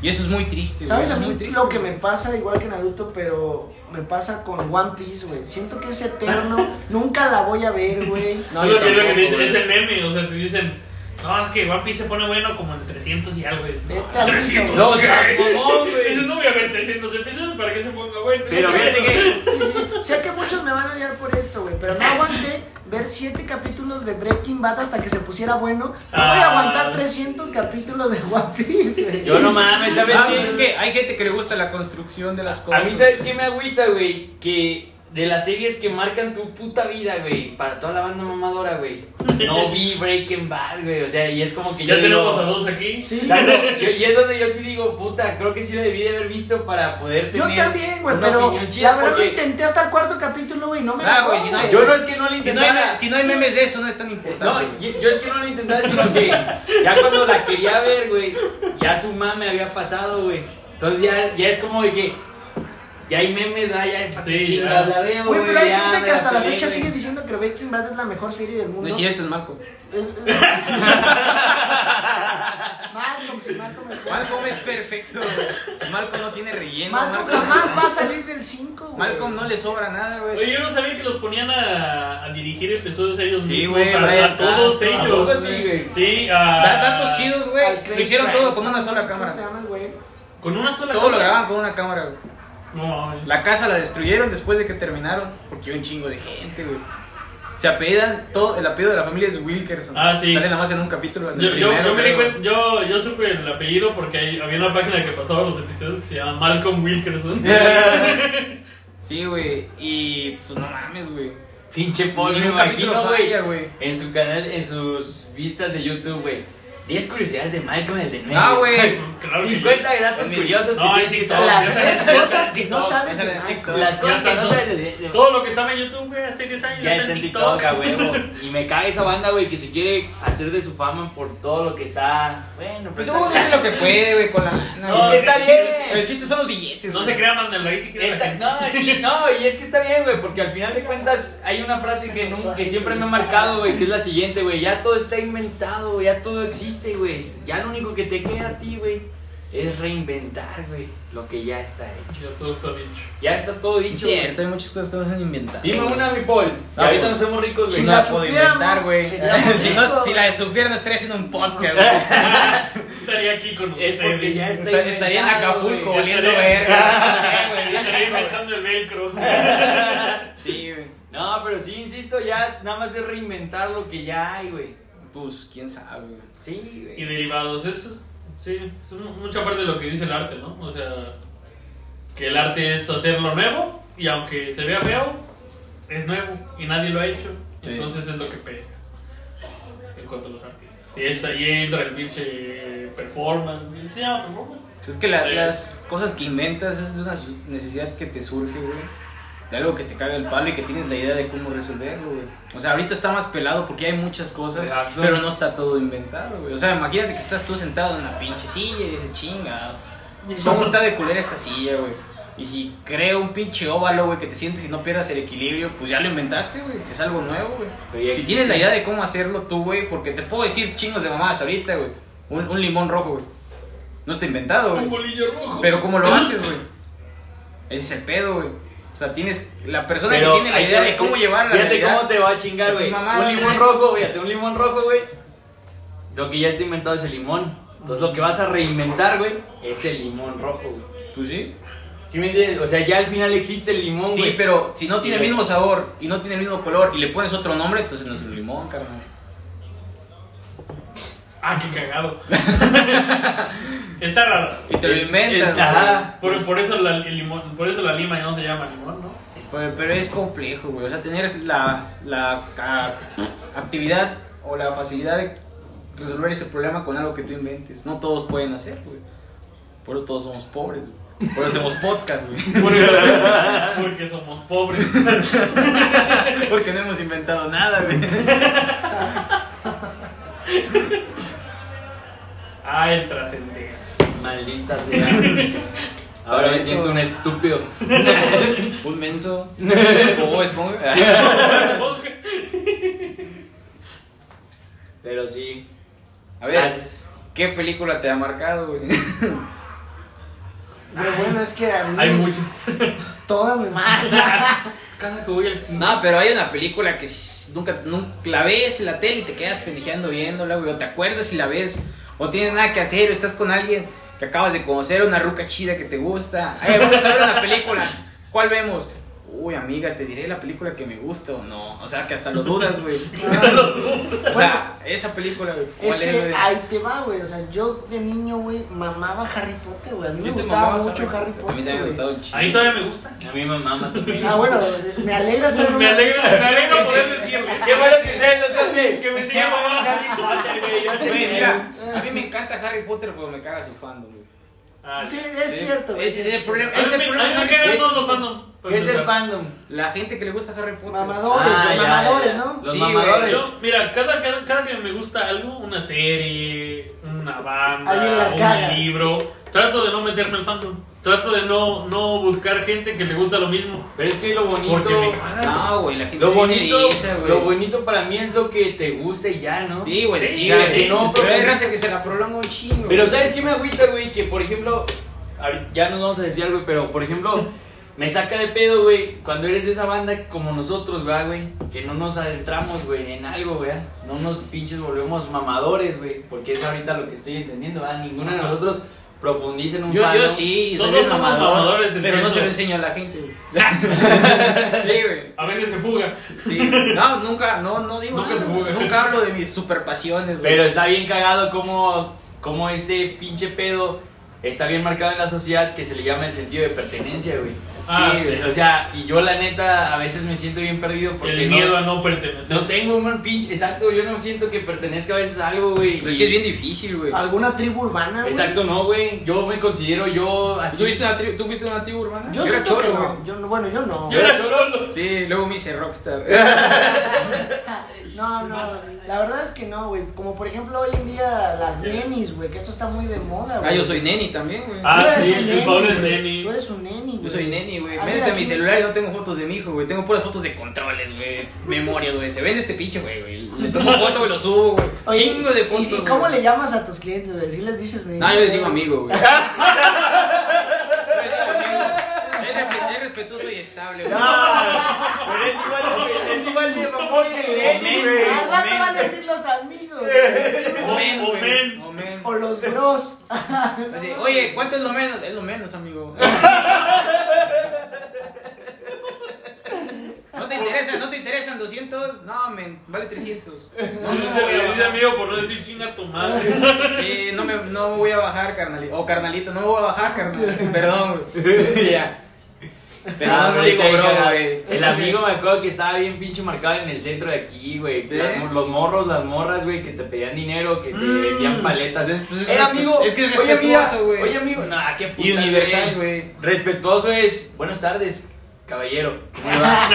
[SPEAKER 1] Y eso es muy triste, güey,
[SPEAKER 4] ¿Sabes
[SPEAKER 1] eso
[SPEAKER 4] a
[SPEAKER 1] es muy
[SPEAKER 4] mí
[SPEAKER 1] triste,
[SPEAKER 4] lo que me
[SPEAKER 1] güey.
[SPEAKER 4] pasa igual que Naruto, pero me pasa con One Piece, güey? Siento que es eterno, nunca la voy a ver, güey.
[SPEAKER 1] No,
[SPEAKER 3] es
[SPEAKER 1] yo
[SPEAKER 3] lo que, es lo que
[SPEAKER 1] tampoco,
[SPEAKER 3] te dicen,
[SPEAKER 1] güey.
[SPEAKER 3] es el meme. O sea, te dicen, no, es que One Piece se pone bueno como en 300 y algo. y dices,
[SPEAKER 4] Vete
[SPEAKER 3] no,
[SPEAKER 4] al
[SPEAKER 3] 300.
[SPEAKER 2] No,
[SPEAKER 3] ¿qué?
[SPEAKER 2] seas mamón, güey.
[SPEAKER 3] Dices, no voy a ver 300 episodios para que se ponga bueno.
[SPEAKER 2] Pero fíjate que.
[SPEAKER 4] Sí, sí, sí. Sé que muchos me van a odiar por esto, güey, pero no aguanté ver siete capítulos de Breaking Bad hasta que se pusiera bueno. No voy a
[SPEAKER 3] Ah.
[SPEAKER 4] aguantar 300 capítulos de One Piece, güey.
[SPEAKER 2] Yo no mames, ¿sabes
[SPEAKER 1] Ah,
[SPEAKER 2] qué?
[SPEAKER 1] pues es que hay gente que le gusta la construcción de las
[SPEAKER 2] A
[SPEAKER 1] cosas.
[SPEAKER 2] mí, ¿sabes qué me agüita, güey? Que de las series que marcan tu puta vida, güey, para toda la banda mamadora, güey. No vi Breaking Bad, güey. O sea, y es como que
[SPEAKER 3] Ya
[SPEAKER 2] yo
[SPEAKER 3] tenemos
[SPEAKER 2] digo-
[SPEAKER 3] a dos aquí.
[SPEAKER 4] Sí. <laughs>
[SPEAKER 2] Exacto. Yo- y es donde yo sí digo, puta, creo que sí la debí de haber visto para poder
[SPEAKER 4] Yo
[SPEAKER 2] tener.
[SPEAKER 4] también, güey,
[SPEAKER 2] una
[SPEAKER 4] pero
[SPEAKER 2] opinión chida,
[SPEAKER 4] la verdad lo
[SPEAKER 2] porque
[SPEAKER 4] intenté hasta el cuarto capítulo, güey, no me
[SPEAKER 1] Ah, güey,
[SPEAKER 4] gustó,
[SPEAKER 1] si no hay-
[SPEAKER 2] Yo no es que
[SPEAKER 1] Si
[SPEAKER 2] no la
[SPEAKER 1] no, hay,
[SPEAKER 2] intentara.
[SPEAKER 1] me- si no hay memes de eso, no es tan importante.
[SPEAKER 2] No,
[SPEAKER 1] güey.
[SPEAKER 2] yo, yo es que no la intentara, sino que ya cuando la quería ver, güey, ya su mamá me había pasado, güey. Entonces ya, ya es como de que. Ya hay memes, ¿verdad? Ya, ¿para qué
[SPEAKER 3] Sí,
[SPEAKER 2] chingas
[SPEAKER 3] ya.
[SPEAKER 2] la veo,
[SPEAKER 4] Güey, pero hay
[SPEAKER 2] Ya,
[SPEAKER 4] gente
[SPEAKER 2] me
[SPEAKER 4] que hasta la
[SPEAKER 2] pelé,
[SPEAKER 4] fecha
[SPEAKER 2] güey.
[SPEAKER 4] sigue diciendo que Breaking Bad es la mejor serie del mundo.
[SPEAKER 1] No es cierto, es Malcolm.
[SPEAKER 4] Es- es- Malcolm, si Malcolm es
[SPEAKER 1] Malcolm es perfecto. güey. Malcolm no tiene relleno.
[SPEAKER 4] Malcolm jamás va a salir del 5, güey.
[SPEAKER 1] Malcolm no le sobra nada, güey.
[SPEAKER 3] Oye, yo no sabía que los ponían a, a dirigir episodios ellos
[SPEAKER 1] Sí,
[SPEAKER 3] mismos.
[SPEAKER 1] güey,
[SPEAKER 3] a,
[SPEAKER 1] Brian
[SPEAKER 3] a todos
[SPEAKER 1] Cranston, a
[SPEAKER 3] ellos.
[SPEAKER 1] todos,
[SPEAKER 2] sí, güey.
[SPEAKER 3] Sí, a.
[SPEAKER 1] Da datos chidos,
[SPEAKER 4] Al
[SPEAKER 1] güey.
[SPEAKER 4] Craig
[SPEAKER 1] Lo hicieron todo con
[SPEAKER 4] Cranston,
[SPEAKER 1] una
[SPEAKER 4] no sé
[SPEAKER 1] sola
[SPEAKER 4] cómo
[SPEAKER 1] cámara.
[SPEAKER 4] se llama el güey.
[SPEAKER 3] Con una sola
[SPEAKER 1] Todo lo
[SPEAKER 3] cámara.
[SPEAKER 1] grababan con una cámara, güey.
[SPEAKER 3] No mames.
[SPEAKER 1] La casa la destruyeron después de que terminaron, porque iba un chingo de gente, güey. Se apellidan, todo, el apellido de la familia es Wilkerson.
[SPEAKER 3] Ah, sí.
[SPEAKER 1] Sale nada más en un capítulo. en el
[SPEAKER 3] Yo, yo-
[SPEAKER 1] primero,
[SPEAKER 3] yo me di
[SPEAKER 1] creo.
[SPEAKER 3] cuenta, yo, yo supe el apellido porque hay- había una página que pasaba los episodios que se llama Malcolm
[SPEAKER 1] <laughs>
[SPEAKER 3] Wilkerson.
[SPEAKER 1] Sí, güey. Y pues no mames, güey.
[SPEAKER 2] Pinche Paul, me
[SPEAKER 1] Ningún capítulo
[SPEAKER 2] imagino, güey.
[SPEAKER 1] falla, güey.
[SPEAKER 2] En su canal, en sus vistas de YouTube, güey. 10 curiosidades de Malcolm el de medio.
[SPEAKER 1] No, güey.
[SPEAKER 3] Claro que
[SPEAKER 2] 50 datos
[SPEAKER 1] También.
[SPEAKER 2] curiosos
[SPEAKER 3] No,
[SPEAKER 2] que
[SPEAKER 3] en
[SPEAKER 2] tienes que <laughs>
[SPEAKER 3] TikTok.
[SPEAKER 2] saber.
[SPEAKER 4] Las
[SPEAKER 3] Esa
[SPEAKER 4] tres
[SPEAKER 3] es la-
[SPEAKER 4] cosas <laughs> que no
[SPEAKER 3] esa
[SPEAKER 4] sabes
[SPEAKER 1] es
[SPEAKER 4] de
[SPEAKER 1] la-
[SPEAKER 4] Malcolm.
[SPEAKER 2] Las
[SPEAKER 3] Ya
[SPEAKER 2] cosas que
[SPEAKER 3] está
[SPEAKER 2] no
[SPEAKER 3] todo.
[SPEAKER 2] sabes de- de-
[SPEAKER 3] Todo lo que estaba en YouTube, güey, hace 10 años
[SPEAKER 2] Ya está en TikTok,
[SPEAKER 1] ah,
[SPEAKER 2] a huevo. Y me caga esa banda, güey, que se quiere hacer de su fama por todo lo que está. Bueno,
[SPEAKER 1] Pues
[SPEAKER 2] está-
[SPEAKER 1] uno hace lo que puede, güey, con la lana.
[SPEAKER 2] No,
[SPEAKER 1] güey.
[SPEAKER 2] está
[SPEAKER 1] El chiste-
[SPEAKER 2] bien.
[SPEAKER 1] El chiste son los billetes.
[SPEAKER 3] No
[SPEAKER 1] güey.
[SPEAKER 3] se crea más del raíz si quiere.
[SPEAKER 2] Esta- no, y, no, y es que está bien, güey, porque al final de cuentas hay una frase que, nun- que siempre me ha marcado, güey, que es la siguiente, güey. Ya todo está inventado, güey, ya todo existe, güey. Ya lo único que te queda a ti, güey, es reinventar, güey, lo que ya está hecho.
[SPEAKER 3] <laughs> Ya todo está dicho.
[SPEAKER 2] Ya está todo
[SPEAKER 1] Es
[SPEAKER 2] dicho.
[SPEAKER 1] cierto, hay muchas cosas que no se han inventado.
[SPEAKER 2] güey. Dime una, mi Paul. que
[SPEAKER 1] Vamos.
[SPEAKER 2] ahorita nos hacemos ricos, güey.
[SPEAKER 1] pues, Si
[SPEAKER 4] Si
[SPEAKER 1] no
[SPEAKER 4] la
[SPEAKER 1] la puedo
[SPEAKER 4] supiéramos,
[SPEAKER 1] inventar, güey.
[SPEAKER 4] si
[SPEAKER 1] <laughs>
[SPEAKER 4] la
[SPEAKER 1] Si, no,
[SPEAKER 4] supiéramos.
[SPEAKER 1] si la supiera, estaría haciendo un podcast. güey.
[SPEAKER 3] Estaría aquí con
[SPEAKER 2] Es
[SPEAKER 3] ustedes.
[SPEAKER 2] porque ya está
[SPEAKER 1] Estar- Estaría en
[SPEAKER 2] inventado,
[SPEAKER 1] Acapulco
[SPEAKER 2] güey.
[SPEAKER 1] oliendo
[SPEAKER 3] Estaría- <laughs>
[SPEAKER 1] verga. No sé, güey.
[SPEAKER 3] Estaría inventando el velcro. sí.
[SPEAKER 1] <laughs> Sí, güey.
[SPEAKER 2] No, pero sí, insisto, ya nada más es reinventar lo que ya hay, güey.
[SPEAKER 1] Pues quién sabe, güey.
[SPEAKER 2] Sí, güey.
[SPEAKER 3] Y derivados. Es, sí, es mu- mucha parte de lo que dice el arte, ¿no? O sea, que el arte es hacer lo nuevo y aunque se vea feo, es nuevo y nadie lo ha hecho.
[SPEAKER 1] Sí.
[SPEAKER 3] Entonces es lo que pega en cuanto a los artistas. Y eso ahí entra el pinche performance. ¿sí ¿Se llama performance?
[SPEAKER 1] Es que la-
[SPEAKER 3] Sí.
[SPEAKER 1] las cosas que inventas es de una su- necesidad que te surge, güey. De algo que te caga el palo y que tienes la idea de cómo resolverlo, güey. O sea, ahorita está más pelado porque hay muchas cosas,
[SPEAKER 2] Exacto.
[SPEAKER 1] pero no está todo inventado, güey. O sea, imagínate que estás tú sentado en una pinche silla y dices, chinga, ¿cómo está de culera esta silla, güey? Y si creo un pinche óvalo, güey, que te sientes y no pierdas el equilibrio, pues ya lo inventaste, güey. Es algo nuevo, güey.
[SPEAKER 2] Pero ya
[SPEAKER 1] Si
[SPEAKER 2] existe.
[SPEAKER 1] tienes la idea de cómo hacerlo tú, güey, porque te puedo decir chingos de mamadas ahorita, güey. Un, un limón rojo, güey. No está inventado,
[SPEAKER 3] Un
[SPEAKER 1] güey.
[SPEAKER 3] bolillo rojo.
[SPEAKER 1] Pero ¿cómo lo haces, güey? Ese es el pedo, güey. O sea, tienes la persona
[SPEAKER 2] Pero
[SPEAKER 1] que tiene la
[SPEAKER 2] ahí
[SPEAKER 1] idea
[SPEAKER 2] te- eh,
[SPEAKER 1] de cómo llevar la
[SPEAKER 2] Fíjate
[SPEAKER 1] realidad.
[SPEAKER 2] cómo te va a chingar,
[SPEAKER 1] Esas
[SPEAKER 2] güey.
[SPEAKER 1] mamadas,
[SPEAKER 2] Un limón
[SPEAKER 1] güey.
[SPEAKER 2] rojo, fíjate, un limón rojo, güey. Lo que ya está inventado es el limón. Entonces lo que vas a reinventar, güey, es el limón rojo, güey.
[SPEAKER 1] Pues sí.
[SPEAKER 2] ¿Sí me entiendes? O sea, ya al final existe el limón, güey.
[SPEAKER 1] Sí, pero si no tiene el
[SPEAKER 2] Sí.
[SPEAKER 1] mismo sabor y no tiene el mismo color y le pones otro nombre, entonces no es un limón, carnal.
[SPEAKER 3] Ah, qué cagado. <laughs> Está raro.
[SPEAKER 1] Y te lo
[SPEAKER 2] Es-
[SPEAKER 1] inventas.
[SPEAKER 2] es-
[SPEAKER 1] güey.
[SPEAKER 2] ajá.
[SPEAKER 3] Por, por eso la, el limón, por eso la lima ya no se llama limón, ¿no?
[SPEAKER 1] Pero, pero es complejo, güey. O sea, tener la, la ca- actividad o la facilidad de resolver ese problema con algo que tú inventes. No todos pueden hacer, güey. Por eso todos somos pobres, güey. Por eso hacemos podcast, güey. <laughs>
[SPEAKER 3] Por eso- <laughs> porque somos pobres.
[SPEAKER 1] Porque no hemos inventado nada, güey.
[SPEAKER 3] Ah, el trascendente.
[SPEAKER 2] Maldita sea. Ahora
[SPEAKER 1] Para
[SPEAKER 2] me
[SPEAKER 1] eso-
[SPEAKER 2] siento un estúpido.
[SPEAKER 1] <laughs> Un menso. Bob <laughs> Esponja.
[SPEAKER 2] Pero sí.
[SPEAKER 1] A ver,
[SPEAKER 2] gracias.
[SPEAKER 1] ¿qué película te ha marcado, güey?
[SPEAKER 4] Lo bueno es que a mí
[SPEAKER 3] Hay muchas.
[SPEAKER 4] <laughs> todas me matan.
[SPEAKER 3] Cada que voy al cine.
[SPEAKER 1] No, pero hay una película que s- nunca, nunca la ves en la tele y te quedas pendejeando viéndola, güey. O te acuerdas y la ves. O tienes nada que hacer, o estás con alguien que acabas de conocer, una ruca chida que te gusta. Ay, vamos a ver una película. ¿Cuál vemos? Uy, amiga, te diré la película que me gusta o no. O sea, que hasta lo dudas,
[SPEAKER 3] <laughs>
[SPEAKER 1] güey. O sea, esa película, güey. ¿cuál
[SPEAKER 4] Es que
[SPEAKER 1] güey?
[SPEAKER 4] ahí te va, güey. O sea, yo de niño, güey, mamaba Harry Potter, güey. A mí
[SPEAKER 1] Sí
[SPEAKER 4] me
[SPEAKER 1] te
[SPEAKER 4] gustaba
[SPEAKER 1] mamaba
[SPEAKER 4] mucho Harry Potter.
[SPEAKER 1] A mí también me
[SPEAKER 4] güey.
[SPEAKER 1] gustaba un chingo.
[SPEAKER 3] A mí todavía me gusta.
[SPEAKER 2] A mí me mama también.
[SPEAKER 4] Ah, bueno, me alegra estar en
[SPEAKER 3] <laughs> Me
[SPEAKER 4] una
[SPEAKER 3] alegra,
[SPEAKER 4] mesa.
[SPEAKER 3] me alegra poder decirlo.
[SPEAKER 2] Qué bueno que ustedes no sean <laughs> de-
[SPEAKER 3] Que me siga mamando Harry Potter, güey. Yo soy
[SPEAKER 1] Güey, mira,
[SPEAKER 3] mira. <laughs>
[SPEAKER 1] a mí me encanta Harry Potter, pero me caga su fandom, güey.
[SPEAKER 3] Ah,
[SPEAKER 4] Sí, es
[SPEAKER 1] Sí,
[SPEAKER 4] cierto, güey.
[SPEAKER 1] ese es el
[SPEAKER 3] A
[SPEAKER 1] problema.
[SPEAKER 3] mí
[SPEAKER 1] ese
[SPEAKER 3] me-
[SPEAKER 1] problema
[SPEAKER 3] a mí me
[SPEAKER 1] que-
[SPEAKER 3] cagan todos los fandom.
[SPEAKER 2] ¿Qué es el fandom?
[SPEAKER 1] La gente que le gusta Harry Potter.
[SPEAKER 4] Mamadores,
[SPEAKER 2] Ah, ya,
[SPEAKER 4] los mamadores,
[SPEAKER 2] ya.
[SPEAKER 4] ¿no?
[SPEAKER 2] Los
[SPEAKER 1] Sí,
[SPEAKER 2] mamadores.
[SPEAKER 1] güey,
[SPEAKER 3] Yo, mira, cada, cada, cada que me gusta algo, una serie, una
[SPEAKER 4] Alguien la
[SPEAKER 3] banda,
[SPEAKER 4] caga.
[SPEAKER 3] un libro, trato de no meterme al fandom. Trato de no, no buscar gente que le gusta lo mismo.
[SPEAKER 2] Pero es que lo bonito.
[SPEAKER 3] Porque me
[SPEAKER 4] Ah.
[SPEAKER 3] caga.
[SPEAKER 1] Ah, No, güey, la gente
[SPEAKER 2] Lo
[SPEAKER 1] sí
[SPEAKER 2] bonito,
[SPEAKER 1] idealiza, güey.
[SPEAKER 2] lo bonito para mí es lo que te gusta y ya, ¿no?
[SPEAKER 1] Sí, güey,
[SPEAKER 3] Sí,
[SPEAKER 1] sí,
[SPEAKER 3] ya,
[SPEAKER 1] güey.
[SPEAKER 3] sí,
[SPEAKER 1] no,
[SPEAKER 2] sí,
[SPEAKER 1] pero
[SPEAKER 2] sí.
[SPEAKER 1] hay raza que se la prolonga un chingo.
[SPEAKER 2] Pero
[SPEAKER 1] güey.
[SPEAKER 2] ¿sabes qué me agüita, güey? Que por ejemplo, ahorita- ya nos vamos a desviar, güey, pero
[SPEAKER 1] <laughs>
[SPEAKER 2] por ejemplo, me saca de pedo, güey, cuando eres de esa banda como nosotros, ¿verdad, güey? Que no nos adentramos, güey, en algo, güey. No nos pinches volvemos mamadores, güey, porque es ahorita lo que estoy entendiendo, ¿verdad? Ninguno de nosotros profundiza en un
[SPEAKER 1] yo, yo
[SPEAKER 2] fandom.
[SPEAKER 1] sí, soy
[SPEAKER 3] Todos
[SPEAKER 1] bien
[SPEAKER 3] somos
[SPEAKER 1] mamador,
[SPEAKER 3] mamadores,
[SPEAKER 1] pero no
[SPEAKER 3] entiendo.
[SPEAKER 1] se lo enseño a la gente, <laughs> güey. sí, güey.
[SPEAKER 3] A veces se fuga.
[SPEAKER 1] Sí, güey. no, nunca, no, no digo
[SPEAKER 3] Nunca
[SPEAKER 1] nada,
[SPEAKER 3] se
[SPEAKER 1] güey.
[SPEAKER 3] fue.
[SPEAKER 1] Nunca hablo de mis super pasiones, güey.
[SPEAKER 2] Pero está bien cagado como, como este pinche pedo está bien marcado en la sociedad que se le llama el sentido de pertenencia, güey.
[SPEAKER 3] Ah,
[SPEAKER 1] Sí,
[SPEAKER 3] sí.
[SPEAKER 2] O sea, y yo la neta a veces me siento bien perdido porque
[SPEAKER 3] El
[SPEAKER 2] no-
[SPEAKER 3] miedo a no
[SPEAKER 2] no,
[SPEAKER 3] pertenecer.
[SPEAKER 2] tengo un buen pinche, exacto, yo no siento que pertenezca a veces a algo, güey.
[SPEAKER 1] Pero es
[SPEAKER 2] y-
[SPEAKER 1] que es bien difícil, güey.
[SPEAKER 4] ¿Alguna tribu urbana, güey?
[SPEAKER 2] Exacto, no, güey. Yo me considero yo así.
[SPEAKER 1] ¿Tú, viste una tribu- ¿Tú fuiste una tribu urbana?
[SPEAKER 4] Yo
[SPEAKER 1] era
[SPEAKER 4] siento que
[SPEAKER 1] cholo,
[SPEAKER 4] no.
[SPEAKER 1] güey.
[SPEAKER 4] Yo no- Bueno, yo no.
[SPEAKER 3] <laughs> Yo era cholo.
[SPEAKER 1] Sí, luego me hice rockstar. <laughs>
[SPEAKER 4] No, no, la verdad es que no, güey. Como por ejemplo hoy en día las nenis, güey, que esto está muy de moda, güey.
[SPEAKER 1] Ah, yo soy neni también, güey.
[SPEAKER 3] Ah,
[SPEAKER 4] Tú eres
[SPEAKER 3] sí,
[SPEAKER 4] un
[SPEAKER 3] el
[SPEAKER 4] neni,
[SPEAKER 3] Pablo es
[SPEAKER 4] güey.
[SPEAKER 3] neni.
[SPEAKER 4] Tú eres un neni, güey.
[SPEAKER 1] Yo soy neni, güey.
[SPEAKER 4] A ver,
[SPEAKER 1] Métete a mi
[SPEAKER 4] Ah, aquí-
[SPEAKER 1] celular y no tengo fotos de mi hijo, güey. Tengo puras fotos de controles, güey. Memorias, güey. Se ve en este pinche, güey, güey. Le
[SPEAKER 4] <laughs>
[SPEAKER 1] tomo foto, güey, lo subo, güey.
[SPEAKER 4] Oye,
[SPEAKER 1] Chingo de
[SPEAKER 4] ¿y-
[SPEAKER 1] fotos.
[SPEAKER 4] ¿Y, cómo
[SPEAKER 1] güey.
[SPEAKER 4] le llamas a tus clientes, güey? Si les dices neni.
[SPEAKER 1] No, Ah, yo les digo
[SPEAKER 4] güey.
[SPEAKER 1] amigo, <laughs> güey. Yo les digo amigo. Es re- es respetuoso y estable, güey.
[SPEAKER 2] pero es igual, es igual de mamón
[SPEAKER 1] Neni, güey.
[SPEAKER 4] Al rato
[SPEAKER 1] Omen,
[SPEAKER 4] van a
[SPEAKER 1] güey.
[SPEAKER 4] decir los amigos, güey.
[SPEAKER 1] Omen, güey.
[SPEAKER 3] Omen.
[SPEAKER 1] Omen.
[SPEAKER 4] O los bros.
[SPEAKER 1] Así, Oye, ¿cuánto es lo menos? Es lo menos, amigo. <laughs> No te interesan, no te interesan 200. No, men, vale 300. No, no,
[SPEAKER 3] Dice-
[SPEAKER 1] voy a
[SPEAKER 3] le dice
[SPEAKER 1] bajar.
[SPEAKER 3] amigo por no decir chinga tu madre. <laughs>
[SPEAKER 1] Sí, no me, no me voy a bajar, carnalito. O carnalito, no me voy a bajar, carnal. Perdón, güey. <laughs> Ya. Pero
[SPEAKER 2] Ah,
[SPEAKER 1] no, no digo bro, güey.
[SPEAKER 2] El amigo me acuerdo que estaba bien pinche marcado en el centro de aquí, güey.
[SPEAKER 1] Sí.
[SPEAKER 2] Las- Los morros, las morras, güey, que te pedían dinero, que te
[SPEAKER 3] Mm.
[SPEAKER 2] vendían paletas.
[SPEAKER 1] Pues es- pues es
[SPEAKER 2] Era
[SPEAKER 1] respe-
[SPEAKER 2] amigo.
[SPEAKER 1] es que es
[SPEAKER 2] oye, amiga,
[SPEAKER 1] respetuoso, güey.
[SPEAKER 2] Oye, amigo. Nah, qué puta.
[SPEAKER 1] Y universal, güey.
[SPEAKER 2] Respetuoso es. Buenas tardes, caballero. ¿Cómo le va?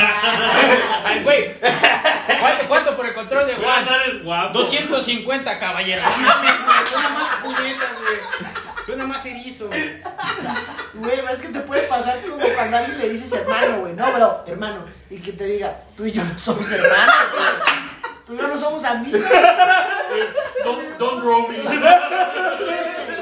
[SPEAKER 1] Ay, güey. ¿Cuánto, cuánto por el control de
[SPEAKER 3] Buenas
[SPEAKER 1] Juan?
[SPEAKER 3] tardes, guapo.
[SPEAKER 1] 250, caballero. No mames, güey. Suena más puñetas, güey. Suena más erizo, güey.
[SPEAKER 4] Güey, pero es que te puede pasar como cuando alguien le dices hermano, güey. No, bro, hermano. Y que te diga, tú y yo no somos hermanos, güey. Tú y yo no somos amigos.
[SPEAKER 3] Don't, don't roll me.
[SPEAKER 4] Un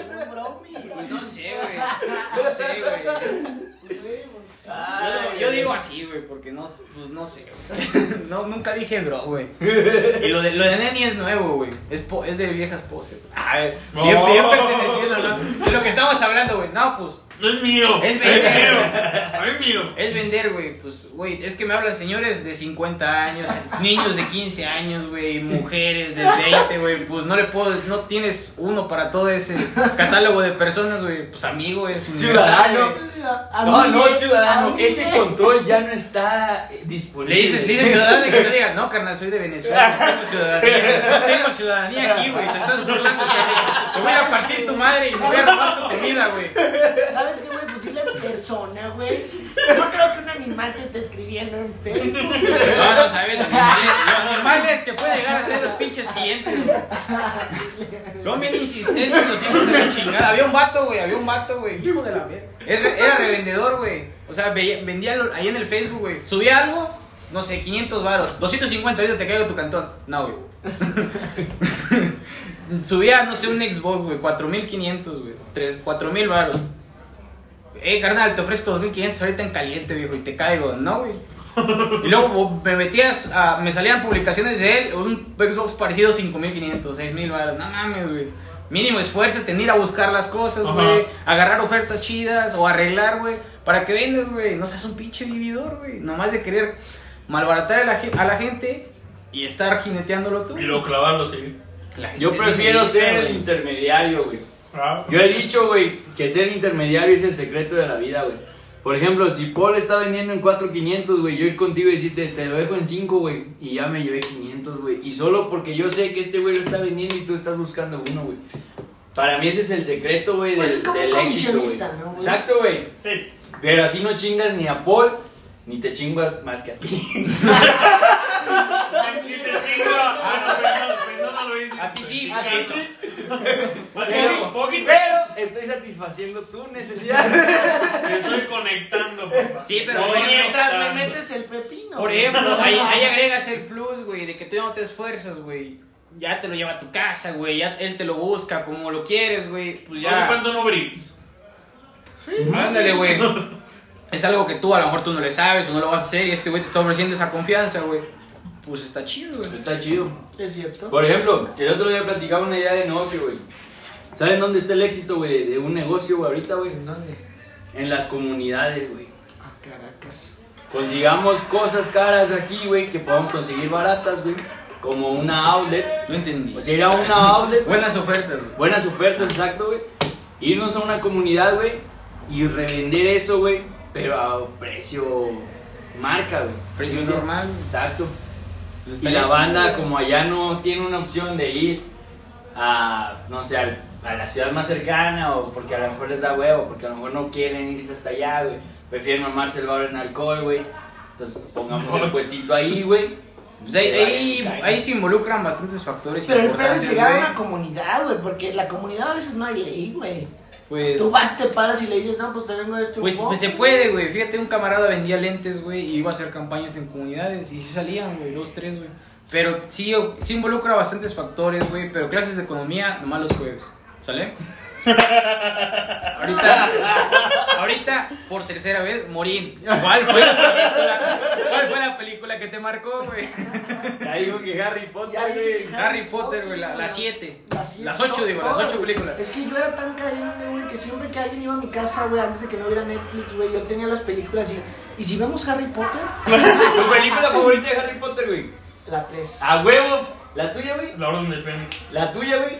[SPEAKER 1] Pues
[SPEAKER 4] bromi, güey.
[SPEAKER 1] No sé, güey. No sé, güey.
[SPEAKER 4] Güey, pues,
[SPEAKER 1] Yo,
[SPEAKER 2] Ay,
[SPEAKER 1] yo digo digo así, güey, porque no, pues no sé, güey. <laughs> No, nunca dije bro, <laughs> güey. Y lo de, lo de Neni es nuevo, güey. Es, po- es de viejas poses. A ver, bien,
[SPEAKER 3] No.
[SPEAKER 1] bien perteneciendo, ¿no? De lo que estamos hablando, güey. No, pues,
[SPEAKER 3] No es mío.
[SPEAKER 1] Es
[SPEAKER 3] Es
[SPEAKER 1] mío.
[SPEAKER 3] mío. Es mío.
[SPEAKER 1] es vender, güey. Pues, güey, es que me hablan señores de 50 años, niños de 15 años, güey, mujeres de 20, güey. Pues no le puedo, no tienes uno para todo ese catálogo de personas, güey. Pues amigo es universal,
[SPEAKER 2] Ciudadano.
[SPEAKER 1] güey.
[SPEAKER 2] Ah, No, no, ciudadano, ese control ya no está eh, disponible.
[SPEAKER 1] Le dices, le dices ciudadanía que te diga, no, carnal, soy de Venezuela, no tengo ciudadanía, no tengo ciudadanía aquí, güey, te estás burlando, güey. Te voy a partir tu madre y me voy a robar tu comida, güey.
[SPEAKER 4] ¿Sabes qué, güey? Pues dile persona, güey. No creo que un animal te esté escribiendo en Facebook.
[SPEAKER 1] No, no sabes, los animales, los animales que puede llegar a ser los pinches clientes. güey. Son bien insistentes los hijos de la chingada. Había un vato, güey, había un vato, güey. Hijo de la mierda. Era revendedor, güey. O sea, ve- vendía lo- ahí en el Facebook, güey. Subía algo, no sé, 500 varos. 250, ahorita te caigo tu cantón. No, güey. <laughs> Subía, no sé, un Xbox, güey, 4500, güey, tres- 4000 baros. Eh, carnal, te ofrezco 2500 ahorita en caliente, viejo, y te caigo, no, güey. Y luego bo- me metías a, me salían publicaciones de él, un Xbox parecido 5500, 6000 baros, no mames, güey. Mínimo esfuérzate en ir a buscar las cosas,
[SPEAKER 3] Ajá.
[SPEAKER 1] güey, agarrar ofertas chidas o arreglar, güey, para que vendas, güey. No seas un pinche vividor, güey, nomás de querer malbaratar a la, ge- a la gente y estar jineteándolo tú.
[SPEAKER 3] Y lo clavarlo, sí.
[SPEAKER 1] La gente
[SPEAKER 2] Yo
[SPEAKER 1] es
[SPEAKER 2] prefiero
[SPEAKER 1] envidiosa,
[SPEAKER 2] ser
[SPEAKER 1] güey.
[SPEAKER 2] el intermediario, güey.
[SPEAKER 3] Ah.
[SPEAKER 2] Yo he dicho, güey, que ser intermediario es el secreto de la vida, güey. Por ejemplo, si Paul está vendiendo en 4500, güey, yo ir contigo y decirte, te lo dejo en 5, güey, y ya me llevé 500, güey. Y solo porque yo sé que este güey lo está vendiendo y tú estás buscando uno, güey. Para mí ese es el secreto, güey,
[SPEAKER 4] Pues
[SPEAKER 2] del,
[SPEAKER 4] es como
[SPEAKER 2] del
[SPEAKER 4] un
[SPEAKER 2] éxito, güey.
[SPEAKER 4] comisionista, ¿no, güey?
[SPEAKER 2] Exacto, güey.
[SPEAKER 3] Sí.
[SPEAKER 2] Pero así no chingas ni a Paul, ni te chingo a- más que a ti. <laughs>
[SPEAKER 3] Y te Ah, sigo. Bueno, pensando- pensando lo hice.
[SPEAKER 1] A ti sí,
[SPEAKER 3] A ti
[SPEAKER 1] gato.
[SPEAKER 3] sí. Poquito,
[SPEAKER 2] Pero,
[SPEAKER 3] poquito.
[SPEAKER 2] pero estoy satisfaciendo tu necesidad.
[SPEAKER 3] Te estoy conectando, papá.
[SPEAKER 1] Sí, pero
[SPEAKER 3] Estoy
[SPEAKER 1] bueno,
[SPEAKER 4] Mientras me
[SPEAKER 3] conectando.
[SPEAKER 4] metes el pepino.
[SPEAKER 1] Por
[SPEAKER 4] güey.
[SPEAKER 1] ejemplo, ahí, ahí agregas el plus, güey, de que tú ya no te esfuerzas, güey. Ya te lo lleva a tu casa, güey. Ya él te lo busca como lo quieres, güey. Pues
[SPEAKER 3] No sé
[SPEAKER 1] ya.
[SPEAKER 3] cuánto no brindes.
[SPEAKER 1] Ándale, güey. Es algo que tú a lo mejor tú no le sabes o no lo vas a hacer y este güey te está ofreciendo esa confianza, güey. Pues está chido, güey.
[SPEAKER 2] Está chido.
[SPEAKER 4] Es cierto.
[SPEAKER 2] Por ejemplo, el otro día platicaba una idea de negocio, güey. ¿Saben dónde está el éxito, güey, de un negocio, güey, ahorita, güey?
[SPEAKER 4] ¿En dónde?
[SPEAKER 2] En las comunidades, güey.
[SPEAKER 4] A Caracas.
[SPEAKER 2] Consigamos cosas caras aquí, güey, que podamos conseguir baratas, güey. Como una outlet.
[SPEAKER 1] No entendí.
[SPEAKER 2] O
[SPEAKER 4] Pues
[SPEAKER 2] sea, ir a una outlet. güey.
[SPEAKER 1] Buenas ofertas, güey.
[SPEAKER 2] Buenas ofertas, exacto, güey. Irnos a una comunidad, güey. Y revender eso, güey. Pero a precio marca, güey.
[SPEAKER 1] Precio normal. güey.
[SPEAKER 2] Exacto.
[SPEAKER 1] Pues
[SPEAKER 2] Y
[SPEAKER 1] estaría
[SPEAKER 2] la
[SPEAKER 1] chido,
[SPEAKER 2] banda,
[SPEAKER 1] güey.
[SPEAKER 2] como allá no tiene una opción de ir a, no sé, al- a la ciudad más cercana, o porque a lo mejor les da huevo, porque a lo mejor no quieren irse hasta allá, güey. Prefieren mamarse el bar en alcohol, güey. Entonces pongamos el puestito ahí, güey.
[SPEAKER 1] Pues ahí, ahí, ahí se involucran bastantes factores.
[SPEAKER 4] Pero el pedo es
[SPEAKER 1] importantes,
[SPEAKER 4] llegar a
[SPEAKER 1] güey.
[SPEAKER 4] una comunidad, güey, porque en la comunidad a veces no hay ley, güey.
[SPEAKER 1] Pues.
[SPEAKER 4] Tú vas, te paras y le dices, no, pues te vengo de este
[SPEAKER 1] Pues,
[SPEAKER 4] box,
[SPEAKER 1] pues se puede, güey. Fíjate, un camarada vendía lentes, güey, y iba a hacer campañas en comunidades. Y sí salían, güey, dos, tres, güey. Pero sí, o- sí involucra bastantes factores, güey. Pero clases de economía, nomás los jueves. ¿Sale? ahorita, ahorita, por tercera vez, Morín. ¿Cuál fue la película? ¿Cuál fue la película que te marcó, güey?
[SPEAKER 2] <laughs> Ya digo que Harry Potter,
[SPEAKER 4] Ya dije que
[SPEAKER 1] Harry Potter, güey, la- las siete. Las ocho,
[SPEAKER 4] to-
[SPEAKER 1] digo, las
[SPEAKER 4] todas,
[SPEAKER 1] ocho
[SPEAKER 4] güey.
[SPEAKER 1] películas.
[SPEAKER 4] Es que yo era tan caliente, güey, que siempre que alguien iba a mi casa, güey, antes de que no hubiera Netflix, güey, yo tenía las películas y. ¿Y si vemos Harry Potter?
[SPEAKER 2] ¿Tu película favorita de Harry Potter, güey?
[SPEAKER 4] La 3.
[SPEAKER 1] Ah,
[SPEAKER 2] A huevo. ¿La tuya, güey?
[SPEAKER 3] La orden del Fénix.
[SPEAKER 2] ¿La tuya, güey?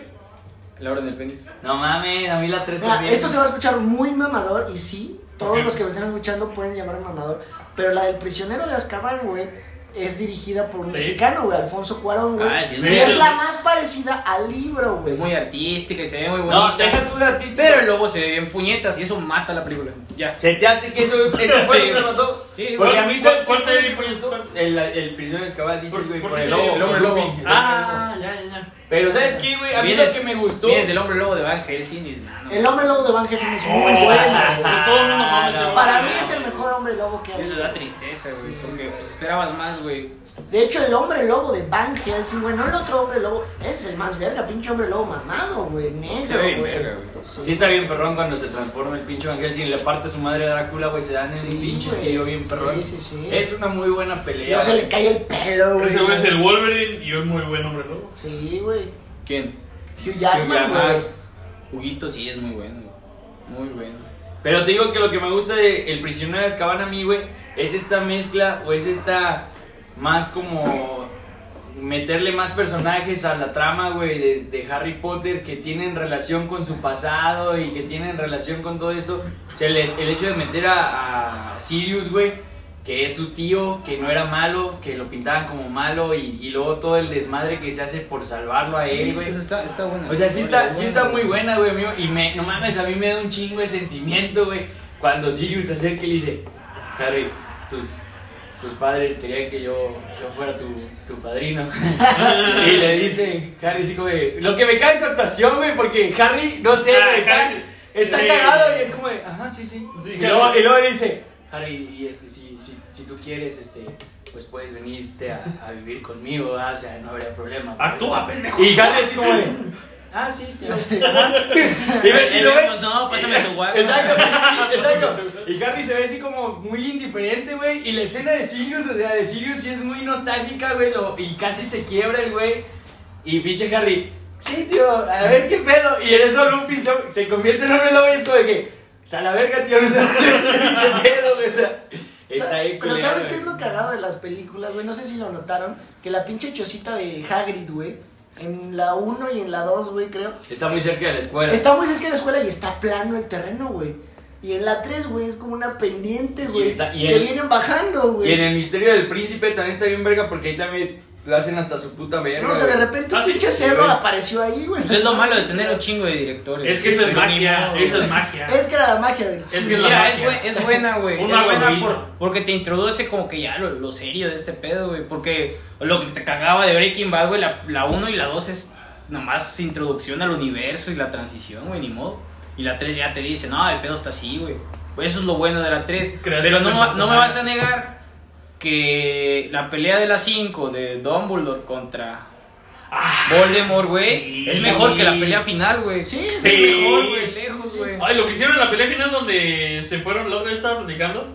[SPEAKER 1] La hora del Fénix.
[SPEAKER 2] No mames, a mí la 3 también.
[SPEAKER 4] Ah, esto se va a escuchar muy mamador y sí, todos
[SPEAKER 3] Ok.
[SPEAKER 4] los que me están escuchando pueden llamar mamador. Pero la del prisionero de Azkaban, güey, es dirigida por un
[SPEAKER 3] Sí.
[SPEAKER 4] mexicano, güey, Alfonso Cuarón, güey.
[SPEAKER 1] Ah, sí,
[SPEAKER 4] y es
[SPEAKER 3] sí.
[SPEAKER 4] la más parecida al libro, güey.
[SPEAKER 1] Es muy artística y se ve muy bonita.
[SPEAKER 2] No, deja tú de artista.
[SPEAKER 1] Pero el lobo se ve bien puñetas y eso mata la película. Ya.
[SPEAKER 2] ¿Se te hace que eso, eso fue lo que mató?
[SPEAKER 1] Sí,
[SPEAKER 2] Porque
[SPEAKER 1] güey.
[SPEAKER 2] a mí, ¿sabes
[SPEAKER 3] ¿Cuál-
[SPEAKER 2] qué
[SPEAKER 3] cuál te
[SPEAKER 2] fue lo
[SPEAKER 3] di,
[SPEAKER 2] que mató?
[SPEAKER 3] pues, cuál?
[SPEAKER 2] El, el prisionero de Azkaban, dice,
[SPEAKER 3] ¿Por-
[SPEAKER 2] güey,
[SPEAKER 3] por
[SPEAKER 2] por
[SPEAKER 3] qué?
[SPEAKER 2] el lobo.
[SPEAKER 1] El hombre
[SPEAKER 2] por
[SPEAKER 1] lobo.
[SPEAKER 2] Luffy. Ah,
[SPEAKER 3] Ah, ya, ya, ya.
[SPEAKER 2] pero ¿sabes qué, güey? A mí lo
[SPEAKER 1] Vienes-
[SPEAKER 2] que me gustó...
[SPEAKER 1] Vienes el hombre lobo de Van Helsing y es- nah, no.
[SPEAKER 4] El hombre lobo de Van Helsing es muy
[SPEAKER 3] Oh,
[SPEAKER 4] bueno, güey.
[SPEAKER 3] <laughs> Pero todo el mundo mames.
[SPEAKER 2] no.
[SPEAKER 3] ese
[SPEAKER 4] Para mí
[SPEAKER 3] güey.
[SPEAKER 4] es el mejor hombre lobo que ha
[SPEAKER 1] Eso
[SPEAKER 4] habido.
[SPEAKER 1] da tristeza, güey.
[SPEAKER 4] Sí,
[SPEAKER 1] porque pues,
[SPEAKER 4] güey.
[SPEAKER 1] esperabas más, güey.
[SPEAKER 4] De hecho, el hombre lobo de Van Helsing, güey, no el otro hombre lobo, ese es el más verga, pinche hombre lobo mamado, güey,
[SPEAKER 1] Se
[SPEAKER 4] necio,
[SPEAKER 1] ve bien
[SPEAKER 4] güey.
[SPEAKER 1] verga, güey.
[SPEAKER 2] Sí está bien perrón cuando se transforma el pinche Van Helsing y le parte su madre a Drácula, güey, se dan en
[SPEAKER 4] Sí,
[SPEAKER 2] el pinche
[SPEAKER 4] güey.
[SPEAKER 2] tiro bien perrón.
[SPEAKER 4] Sí, sí, sí.
[SPEAKER 2] Es una muy buena pelea.
[SPEAKER 4] No se le cae el pelo, güey.
[SPEAKER 3] Ese güey es el Wolverine y un muy buen hombre lobo.
[SPEAKER 4] Sí, güey.
[SPEAKER 1] ¿Quién?
[SPEAKER 4] Hugh
[SPEAKER 2] Hugh
[SPEAKER 4] Jackman,
[SPEAKER 2] Jackman.
[SPEAKER 4] güey.
[SPEAKER 1] Juguito sí es muy bueno, güey. Muy bueno.
[SPEAKER 2] Pero te digo que lo que me gusta de El prisionero de Azkaban a mí, güey, es esta mezcla o es esta más como meterle más personajes a la trama, güey, de, de Harry Potter que tienen relación con su pasado y que tienen relación con todo esto. O sea, el, el hecho de meter a, a Sirius, güey, que es su tío, que no era malo, que lo pintaban como malo y, y luego todo el desmadre que se hace por salvarlo a él,
[SPEAKER 1] Sí,
[SPEAKER 2] güey.
[SPEAKER 1] pues está, está buena.
[SPEAKER 2] O sea, sí está, sí está muy buena, güey, amigo. Y me, no mames, a mí me da un chingo de sentimiento, güey. Cuando Sirius se acerca y le dice, Harry, tus, tus padres querían que yo, yo fuera tu, tu padrino. <laughs> y le dice, Harry, sí, güey. Lo que me cae es su actuación, güey, porque Harry, no sé,
[SPEAKER 3] Ah,
[SPEAKER 2] güey, está,
[SPEAKER 3] Harry.
[SPEAKER 2] está
[SPEAKER 3] Sí.
[SPEAKER 2] cagado y es como de, ajá, sí, sí.
[SPEAKER 3] Sí,
[SPEAKER 2] y, luego,
[SPEAKER 3] Harry.
[SPEAKER 2] y luego le dice, Harry, y este, si, si, si tú quieres, este. Pues puedes venirte a, a vivir conmigo, ¿verdad? o sea, no habría problema.
[SPEAKER 3] Actúa, pendejo.
[SPEAKER 2] Y Harry así como de, ah, sí, ya. Y, ve- y lo ve-
[SPEAKER 1] No, pásame tu guarda.
[SPEAKER 2] Exacto, exacto. Y Harry se ve así como muy indiferente, güey. Y la escena de Sirius, o sea, de Sirius sí es muy nostálgica, güey. lo- Y casi se quiebra el güey. Y pinche Harry, sí, tío, a ver qué pedo. Y en eso Lupin se, se convierte en hombre lobo y es como de que, o sea, la verga, tío, no sé ese pinche pedo, güey. O sea,
[SPEAKER 4] O
[SPEAKER 2] está
[SPEAKER 4] sea,
[SPEAKER 2] ahí, eh.
[SPEAKER 4] pero
[SPEAKER 2] culero,
[SPEAKER 4] ¿sabes qué
[SPEAKER 2] güey.
[SPEAKER 4] es lo cagado de las películas, güey? No sé si lo notaron, que la pinche chocita de Hagrid, güey, en la 1 y en la 2, güey, creo,
[SPEAKER 2] Está muy cerca de la escuela.
[SPEAKER 4] está muy cerca de la escuela y está plano el terreno, güey. Y en la 3, güey, es como una pendiente, güey,
[SPEAKER 2] está- y
[SPEAKER 4] que
[SPEAKER 2] el-
[SPEAKER 4] vienen bajando,
[SPEAKER 2] Y en
[SPEAKER 4] güey.
[SPEAKER 2] el misterio del príncipe también está bien verga porque ahí también lo hacen hasta su puta verga.
[SPEAKER 4] No, o sea, de
[SPEAKER 2] güey.
[SPEAKER 4] repente un
[SPEAKER 3] Ah, sí,
[SPEAKER 4] pinche
[SPEAKER 2] sí,
[SPEAKER 4] cerro
[SPEAKER 2] güey.
[SPEAKER 4] apareció ahí, güey.
[SPEAKER 1] Pues es lo malo de tener un chingo de directores.
[SPEAKER 3] Es que eso es
[SPEAKER 1] Pero ni
[SPEAKER 3] magia,
[SPEAKER 1] modo,
[SPEAKER 3] eso
[SPEAKER 1] güey.
[SPEAKER 3] es magia.
[SPEAKER 4] Es que era la magia del
[SPEAKER 3] que
[SPEAKER 4] cine.
[SPEAKER 3] es la
[SPEAKER 1] Mira,
[SPEAKER 3] magia.
[SPEAKER 1] es, bu- es buena, güey.
[SPEAKER 3] <laughs> Un
[SPEAKER 1] Es
[SPEAKER 3] mago lo
[SPEAKER 1] buena
[SPEAKER 3] hizo.
[SPEAKER 1] por- porque te introduce como que ya lo, lo serio de este pedo, güey. Porque lo que te cagaba de Breaking Bad, güey, la- la 1 y la 2 es nomás introducción al universo y la transición, güey, ni modo. Y la 3 ya te dice, no, el pedo está así, güey. Pues eso es lo bueno de la 3.
[SPEAKER 3] Creación
[SPEAKER 1] Pero no,
[SPEAKER 3] de
[SPEAKER 1] ma- no me
[SPEAKER 3] personaje.
[SPEAKER 1] vas a negar que la pelea de la 5 de Dumbledore contra Voldemort, güey,
[SPEAKER 3] Ah, sí.
[SPEAKER 1] es mejor que la pelea final, güey.
[SPEAKER 4] Sí,
[SPEAKER 1] es
[SPEAKER 3] sí.
[SPEAKER 1] mejor, güey, lejos, güey.
[SPEAKER 3] Ay, lo que hicieron en la pelea final donde se fueron, la otra vez estaba platicando,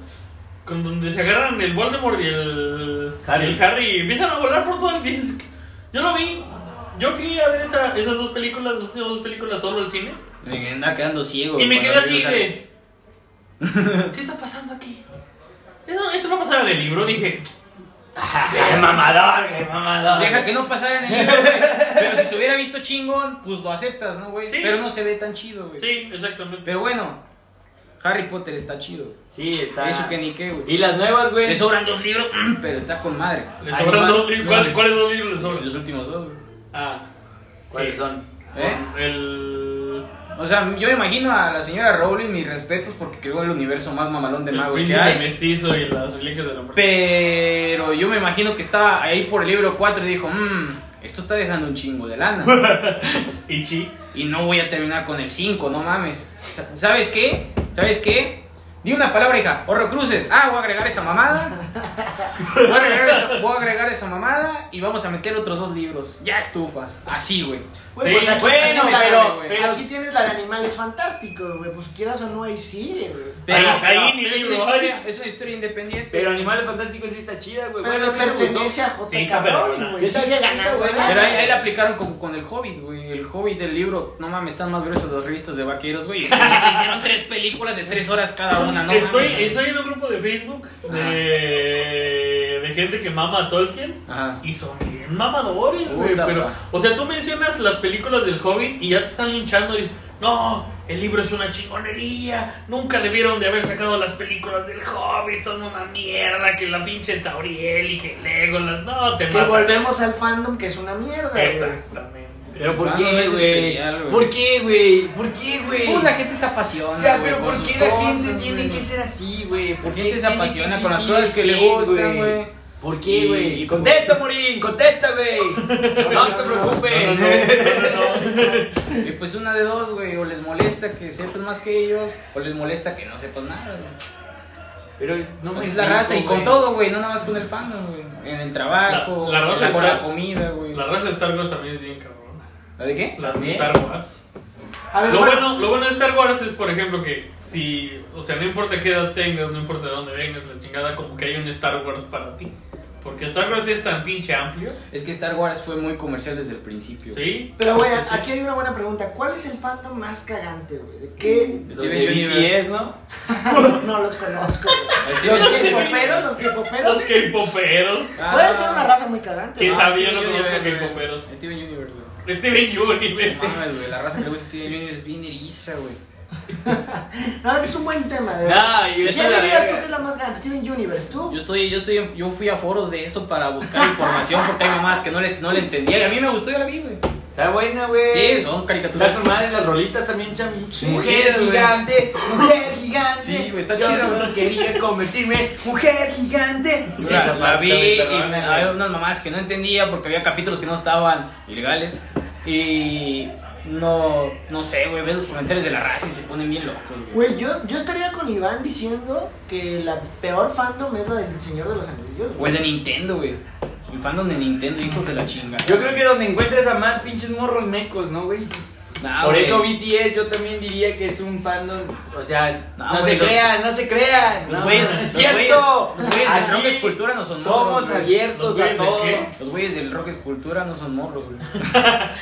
[SPEAKER 3] con donde se agarran el Voldemort y el
[SPEAKER 2] Harry.
[SPEAKER 3] el Harry y empiezan a volar por todo el dices, <laughs> Yo lo vi, yo fui a ver esa- esas dos películas, las últimas dos películas solo al cine,
[SPEAKER 1] Me anda quedando ciego.
[SPEAKER 3] y me
[SPEAKER 1] cuando veo
[SPEAKER 3] quedé así
[SPEAKER 1] la-
[SPEAKER 3] de... ¿Qué está pasando aquí? Eso, eso no pasaba en el libro, dije...
[SPEAKER 2] ¡Qué mamador, qué mamador!
[SPEAKER 1] Deja que no pasara en el libro, güey. Pero si se hubiera visto chingón, pues lo aceptas, ¿no, güey?
[SPEAKER 3] Sí.
[SPEAKER 1] Pero no se ve tan chido, güey.
[SPEAKER 3] Sí, exactamente.
[SPEAKER 1] Pero bueno, Harry Potter está chido.
[SPEAKER 2] Sí, está.
[SPEAKER 1] Eso que ni qué, güey.
[SPEAKER 2] Y las nuevas, güey.
[SPEAKER 1] Le sobran dos libros, mm, pero está con madre.
[SPEAKER 3] Les sobran dos libros. ¿Cuál-
[SPEAKER 1] No,
[SPEAKER 3] ¿Cuáles dos libros les
[SPEAKER 1] Los
[SPEAKER 3] sobran?
[SPEAKER 1] últimos dos, güey.
[SPEAKER 3] Ah,
[SPEAKER 2] ¿Cuáles
[SPEAKER 3] sí.
[SPEAKER 2] son?
[SPEAKER 1] ¿Eh?
[SPEAKER 3] El...
[SPEAKER 1] O sea, yo me imagino a la señora Rowling mis respetos porque creó el universo más mamalón de
[SPEAKER 3] el
[SPEAKER 1] magos que
[SPEAKER 3] príncipe
[SPEAKER 1] hay.
[SPEAKER 3] mestizo y las reliquias del hombre.
[SPEAKER 1] Pero yo me imagino que estaba ahí por el libro 4 y dijo, mmm, esto está dejando un chingo de <laughs> lana.
[SPEAKER 3] Y chi.
[SPEAKER 1] Y no voy a terminar con el 5, no mames. Sa- ¿Sabes qué? ¿Sabes qué? Di una palabra, hija. Horrocruces. Ah, voy a agregar esa mamada. Voy a agregar esa, voy a agregar esa mamada y vamos a meter otros dos libros. Ya estufas. Así, güey.
[SPEAKER 4] Güey,
[SPEAKER 3] Sí,
[SPEAKER 4] pues aquí,
[SPEAKER 2] bueno,
[SPEAKER 4] tienes la-
[SPEAKER 1] pero- pero-
[SPEAKER 4] aquí tienes la de animales fantásticos, güey. Pues quieras o no, ahí sí, güey.
[SPEAKER 3] Ahí- ahí ni
[SPEAKER 1] es, una
[SPEAKER 3] libro
[SPEAKER 1] historia, es una historia independiente.
[SPEAKER 2] Pero Animales Fantásticos sí está chida, güey.
[SPEAKER 4] Pero le
[SPEAKER 2] Bueno, a mí me
[SPEAKER 4] pertenece a
[SPEAKER 3] Sí,
[SPEAKER 4] J.K.
[SPEAKER 3] está
[SPEAKER 4] Rowling,
[SPEAKER 3] perrona.
[SPEAKER 4] güey.
[SPEAKER 2] Sí,
[SPEAKER 4] Sigue
[SPEAKER 2] sí,
[SPEAKER 4] ganando,
[SPEAKER 2] güey.
[SPEAKER 4] güey.
[SPEAKER 1] Pero ahí, ahí la aplicaron como con el Hobbit, güey. El Hobbit del libro, no mames, están más gruesos los revistas de vaqueros,
[SPEAKER 3] <laughs>
[SPEAKER 1] güey. Hicieron tres películas de tres horas cada una, Ah, no
[SPEAKER 3] estoy,
[SPEAKER 1] mames.
[SPEAKER 3] estoy en un grupo de Facebook de, de gente que mama a Tolkien.
[SPEAKER 1] Ajá.
[SPEAKER 3] Y son bien mamadores, güey.
[SPEAKER 1] Ah. Puta,
[SPEAKER 3] Pero,
[SPEAKER 1] pa.
[SPEAKER 3] o sea, tú mencionas las películas del Hobbit y ya te están linchando. Y, no, el libro es una chingonería. Nunca debieron de haber sacado las películas del Hobbit. Son una mierda. Que la pinche Tauriel y que Legolas. No, te
[SPEAKER 4] Que
[SPEAKER 3] matan.
[SPEAKER 4] volvemos al fandom, que es una mierda, güey.
[SPEAKER 3] Exactamente.
[SPEAKER 2] Pero ¿por
[SPEAKER 1] Ah, no,
[SPEAKER 2] qué,
[SPEAKER 1] es
[SPEAKER 2] güey?
[SPEAKER 1] especial, güey.
[SPEAKER 2] ¿Por qué, güey? ¿por qué, güey?
[SPEAKER 1] Pues la gente se apasiona.
[SPEAKER 2] O sea,
[SPEAKER 1] güey,
[SPEAKER 2] pero ¿por
[SPEAKER 1] sus
[SPEAKER 2] qué la
[SPEAKER 1] cosas,
[SPEAKER 2] gente tiene
[SPEAKER 1] güey?
[SPEAKER 2] que ser así, güey? ¿Por
[SPEAKER 1] La
[SPEAKER 2] qué
[SPEAKER 1] gente se
[SPEAKER 2] tiene que
[SPEAKER 1] apasiona con las
[SPEAKER 2] existir
[SPEAKER 1] cosas que le
[SPEAKER 2] el hate,
[SPEAKER 1] gustan, güey.
[SPEAKER 2] ¿Por
[SPEAKER 1] Y-
[SPEAKER 2] qué, güey?
[SPEAKER 1] y- pues,
[SPEAKER 2] Contesta, Morín, contesta,
[SPEAKER 1] <laughs>
[SPEAKER 2] güey. No te
[SPEAKER 3] No,
[SPEAKER 2] preocupes.
[SPEAKER 3] no, no, no, no.
[SPEAKER 1] Y pues una de dos, güey. O les molesta que sepas más que ellos, o les molesta que no sepas nada, güey.
[SPEAKER 2] Pero Pues es- no me
[SPEAKER 1] Así es la
[SPEAKER 2] explico,
[SPEAKER 1] raza y con
[SPEAKER 2] güey.
[SPEAKER 1] todo, güey, no nada más con el fandom, güey. En el trabajo,
[SPEAKER 3] La- la raza
[SPEAKER 1] con
[SPEAKER 3] está-
[SPEAKER 1] la comida, güey.
[SPEAKER 3] La raza de Star Wars también es bien cabrón.
[SPEAKER 1] ¿La de qué? ¿Eh?
[SPEAKER 3] La de
[SPEAKER 2] ¿También? Pues
[SPEAKER 3] Star Wars.
[SPEAKER 4] A ver,
[SPEAKER 3] Lo
[SPEAKER 4] bueno,
[SPEAKER 3] bueno, lo bueno de Star Wars es, por ejemplo, que si, o sea, no importa qué edad tengas, no importa de dónde vengas, la chingada, como que hay un Star Wars para ti. Porque Star Wars es tan pinche amplio,
[SPEAKER 1] Es que Star Wars fue muy comercial desde el principio.
[SPEAKER 3] ¿sí?
[SPEAKER 4] pero güey, aquí hay una buena pregunta. ¿Cuál es el fandom más cagante, güey? ¿De
[SPEAKER 2] <laughs>
[SPEAKER 4] qué? Ah,
[SPEAKER 2] Los
[SPEAKER 1] Steven
[SPEAKER 2] de
[SPEAKER 1] Universe. Ah,
[SPEAKER 2] BTS, ¿no?
[SPEAKER 4] no los conozco, güey.
[SPEAKER 1] Steven
[SPEAKER 4] Los K-poperos, los
[SPEAKER 3] Los
[SPEAKER 4] K-poperos.
[SPEAKER 3] K-poperos.
[SPEAKER 1] Ah,
[SPEAKER 4] Pueden ser una raza muy cagante,
[SPEAKER 3] ¿Quién
[SPEAKER 4] ¿no?
[SPEAKER 3] sabe?
[SPEAKER 1] Steven
[SPEAKER 3] Yo no conozco
[SPEAKER 1] Universe,
[SPEAKER 3] a
[SPEAKER 1] güey.
[SPEAKER 3] K-poperos.
[SPEAKER 1] Steven Universe, güey.
[SPEAKER 3] Steven Universe.
[SPEAKER 1] No mames, güey, la raza que le gusta Steven Universe es bien eriza, güey.
[SPEAKER 4] No, es un buen tema, de verdad.
[SPEAKER 2] Nah, y esta
[SPEAKER 4] ¿Quién
[SPEAKER 2] es la
[SPEAKER 4] dirías tú que es
[SPEAKER 2] verga.
[SPEAKER 4] la más grande? Steven Universe,
[SPEAKER 1] Yo
[SPEAKER 4] ¿tú?
[SPEAKER 1] estoy, yo estoy, yo fui a foros de eso para buscar información porque hay mamás que no les, no le entendía y a mí me gustó, yo la vi, güey.
[SPEAKER 2] Está buena, güey.
[SPEAKER 1] Sí, son
[SPEAKER 2] Está
[SPEAKER 1] caricaturas.
[SPEAKER 2] con madre las rolitas también, chami.
[SPEAKER 4] Sí,
[SPEAKER 2] mujer
[SPEAKER 1] chidas, güey.
[SPEAKER 2] gigante, mujer gigante.
[SPEAKER 1] Sí, güey, está
[SPEAKER 2] Yo
[SPEAKER 1] chida,
[SPEAKER 2] solo
[SPEAKER 1] güey.
[SPEAKER 2] quería convertirme mujer gigante.
[SPEAKER 1] Yo
[SPEAKER 2] Esa
[SPEAKER 1] la, la
[SPEAKER 2] parte
[SPEAKER 1] vi
[SPEAKER 2] está
[SPEAKER 1] y
[SPEAKER 2] bien
[SPEAKER 1] me-
[SPEAKER 2] perrona,
[SPEAKER 1] había
[SPEAKER 2] güey.
[SPEAKER 1] unas mamás que no entendía porque había capítulos que no estaban ilegales y no, no sé, güey, ves los comentarios de la raza y se ponen bien locos, güey.
[SPEAKER 4] Güey, yo, yo estaría con Iván diciendo que la peor fandom es la del Señor de los Anillos.
[SPEAKER 1] O el de Nintendo, güey. El fandom de Nintendo, hijos de la chinga.
[SPEAKER 2] Yo creo que donde encuentres a más pinches morros mecos, ¿no, güey?
[SPEAKER 1] Nah,
[SPEAKER 2] Por
[SPEAKER 1] Ah, güey.
[SPEAKER 2] eso BTS yo también diría que es un fandom, o sea,
[SPEAKER 1] No,
[SPEAKER 2] no,
[SPEAKER 1] güey,
[SPEAKER 2] se
[SPEAKER 1] los-
[SPEAKER 2] crean, no se crean.
[SPEAKER 1] Los
[SPEAKER 2] No,
[SPEAKER 1] güeyes,
[SPEAKER 2] no es
[SPEAKER 1] los
[SPEAKER 2] cierto.
[SPEAKER 1] güeyes- los güeyes del
[SPEAKER 2] Aquí
[SPEAKER 1] rock escultura no son morros, güey.
[SPEAKER 2] Somos
[SPEAKER 3] ¿Los
[SPEAKER 2] abiertos
[SPEAKER 3] güeyes
[SPEAKER 2] a
[SPEAKER 3] de
[SPEAKER 2] todo.
[SPEAKER 3] qué?
[SPEAKER 1] Los güeyes del rock escultura no son morros,
[SPEAKER 2] <laughs>
[SPEAKER 1] güey.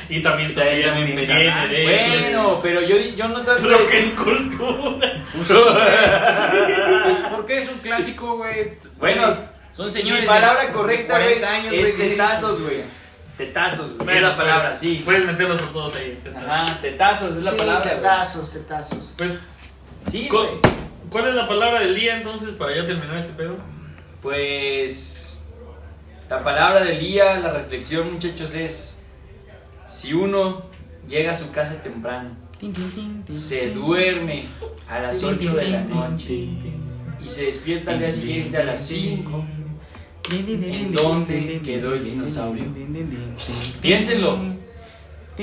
[SPEAKER 3] Y también son
[SPEAKER 2] Sí,
[SPEAKER 3] bien
[SPEAKER 1] bien
[SPEAKER 3] bien,
[SPEAKER 1] canales.
[SPEAKER 3] bien,
[SPEAKER 2] Bueno, pero yo, yo no trato de
[SPEAKER 3] Lo que es
[SPEAKER 2] decir.
[SPEAKER 3] cultura.
[SPEAKER 1] Pues sí, güey. Pues, porque es un clásico, güey.
[SPEAKER 2] Bueno,
[SPEAKER 1] son
[SPEAKER 2] mi
[SPEAKER 1] señores.
[SPEAKER 2] palabra
[SPEAKER 1] de
[SPEAKER 2] correcta, güey,
[SPEAKER 1] 40 años,
[SPEAKER 2] es
[SPEAKER 1] güey,
[SPEAKER 2] tetazos, güey. Tetazos, güey. Es
[SPEAKER 3] Bueno,
[SPEAKER 2] la palabra,
[SPEAKER 3] pues,
[SPEAKER 2] sí.
[SPEAKER 3] Puedes meterlos a todos ahí.
[SPEAKER 2] Ajá, tetazos es la
[SPEAKER 4] Sí,
[SPEAKER 2] palabra. güey.
[SPEAKER 4] Tetazos, tetazos.
[SPEAKER 3] Pues,
[SPEAKER 2] Sí,
[SPEAKER 3] Co-
[SPEAKER 2] güey.
[SPEAKER 3] ¿cuál es la palabra del día entonces para ya terminar este pedo?
[SPEAKER 2] Pues la palabra del día, la reflexión muchachos es, si uno llega a su casa temprano,
[SPEAKER 1] Tin, tin, tin, tin,
[SPEAKER 2] se
[SPEAKER 1] tin.
[SPEAKER 2] duerme a las
[SPEAKER 1] Tin, tin,
[SPEAKER 2] 8 de la
[SPEAKER 1] tin, tin,
[SPEAKER 2] noche
[SPEAKER 1] tin,
[SPEAKER 2] y se despierta al día siguiente a las 5,
[SPEAKER 1] tin, tin, tin,
[SPEAKER 2] ¿en
[SPEAKER 1] tin, tin,
[SPEAKER 2] dónde
[SPEAKER 1] tin,
[SPEAKER 2] quedó el
[SPEAKER 1] tin,
[SPEAKER 2] dinosaurio?
[SPEAKER 1] tin, tin, tin, tin, tin,
[SPEAKER 2] Piénsenlo.
[SPEAKER 1] tin,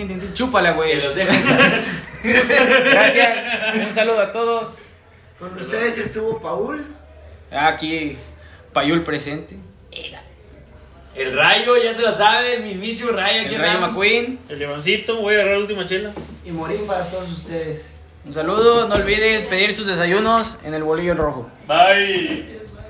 [SPEAKER 1] tin, tin.
[SPEAKER 3] Ah,
[SPEAKER 1] Chúpala,
[SPEAKER 2] Se
[SPEAKER 1] güey.
[SPEAKER 2] los dejo.
[SPEAKER 1] <laughs> Gracias. Un saludo a todos.
[SPEAKER 4] Con ustedes estuvo Paul.
[SPEAKER 1] Aquí, Payul presente.
[SPEAKER 2] El rayo, ya se lo sabe, el mismísimo rayo. aquí
[SPEAKER 1] El Rayo
[SPEAKER 2] andamos.
[SPEAKER 1] McQueen.
[SPEAKER 3] El levancito, voy a agarrar la última chela.
[SPEAKER 4] Y morir para todos ustedes.
[SPEAKER 1] Un saludo. No olviden pedir sus desayunos en el bolillo rojo.
[SPEAKER 3] Bye.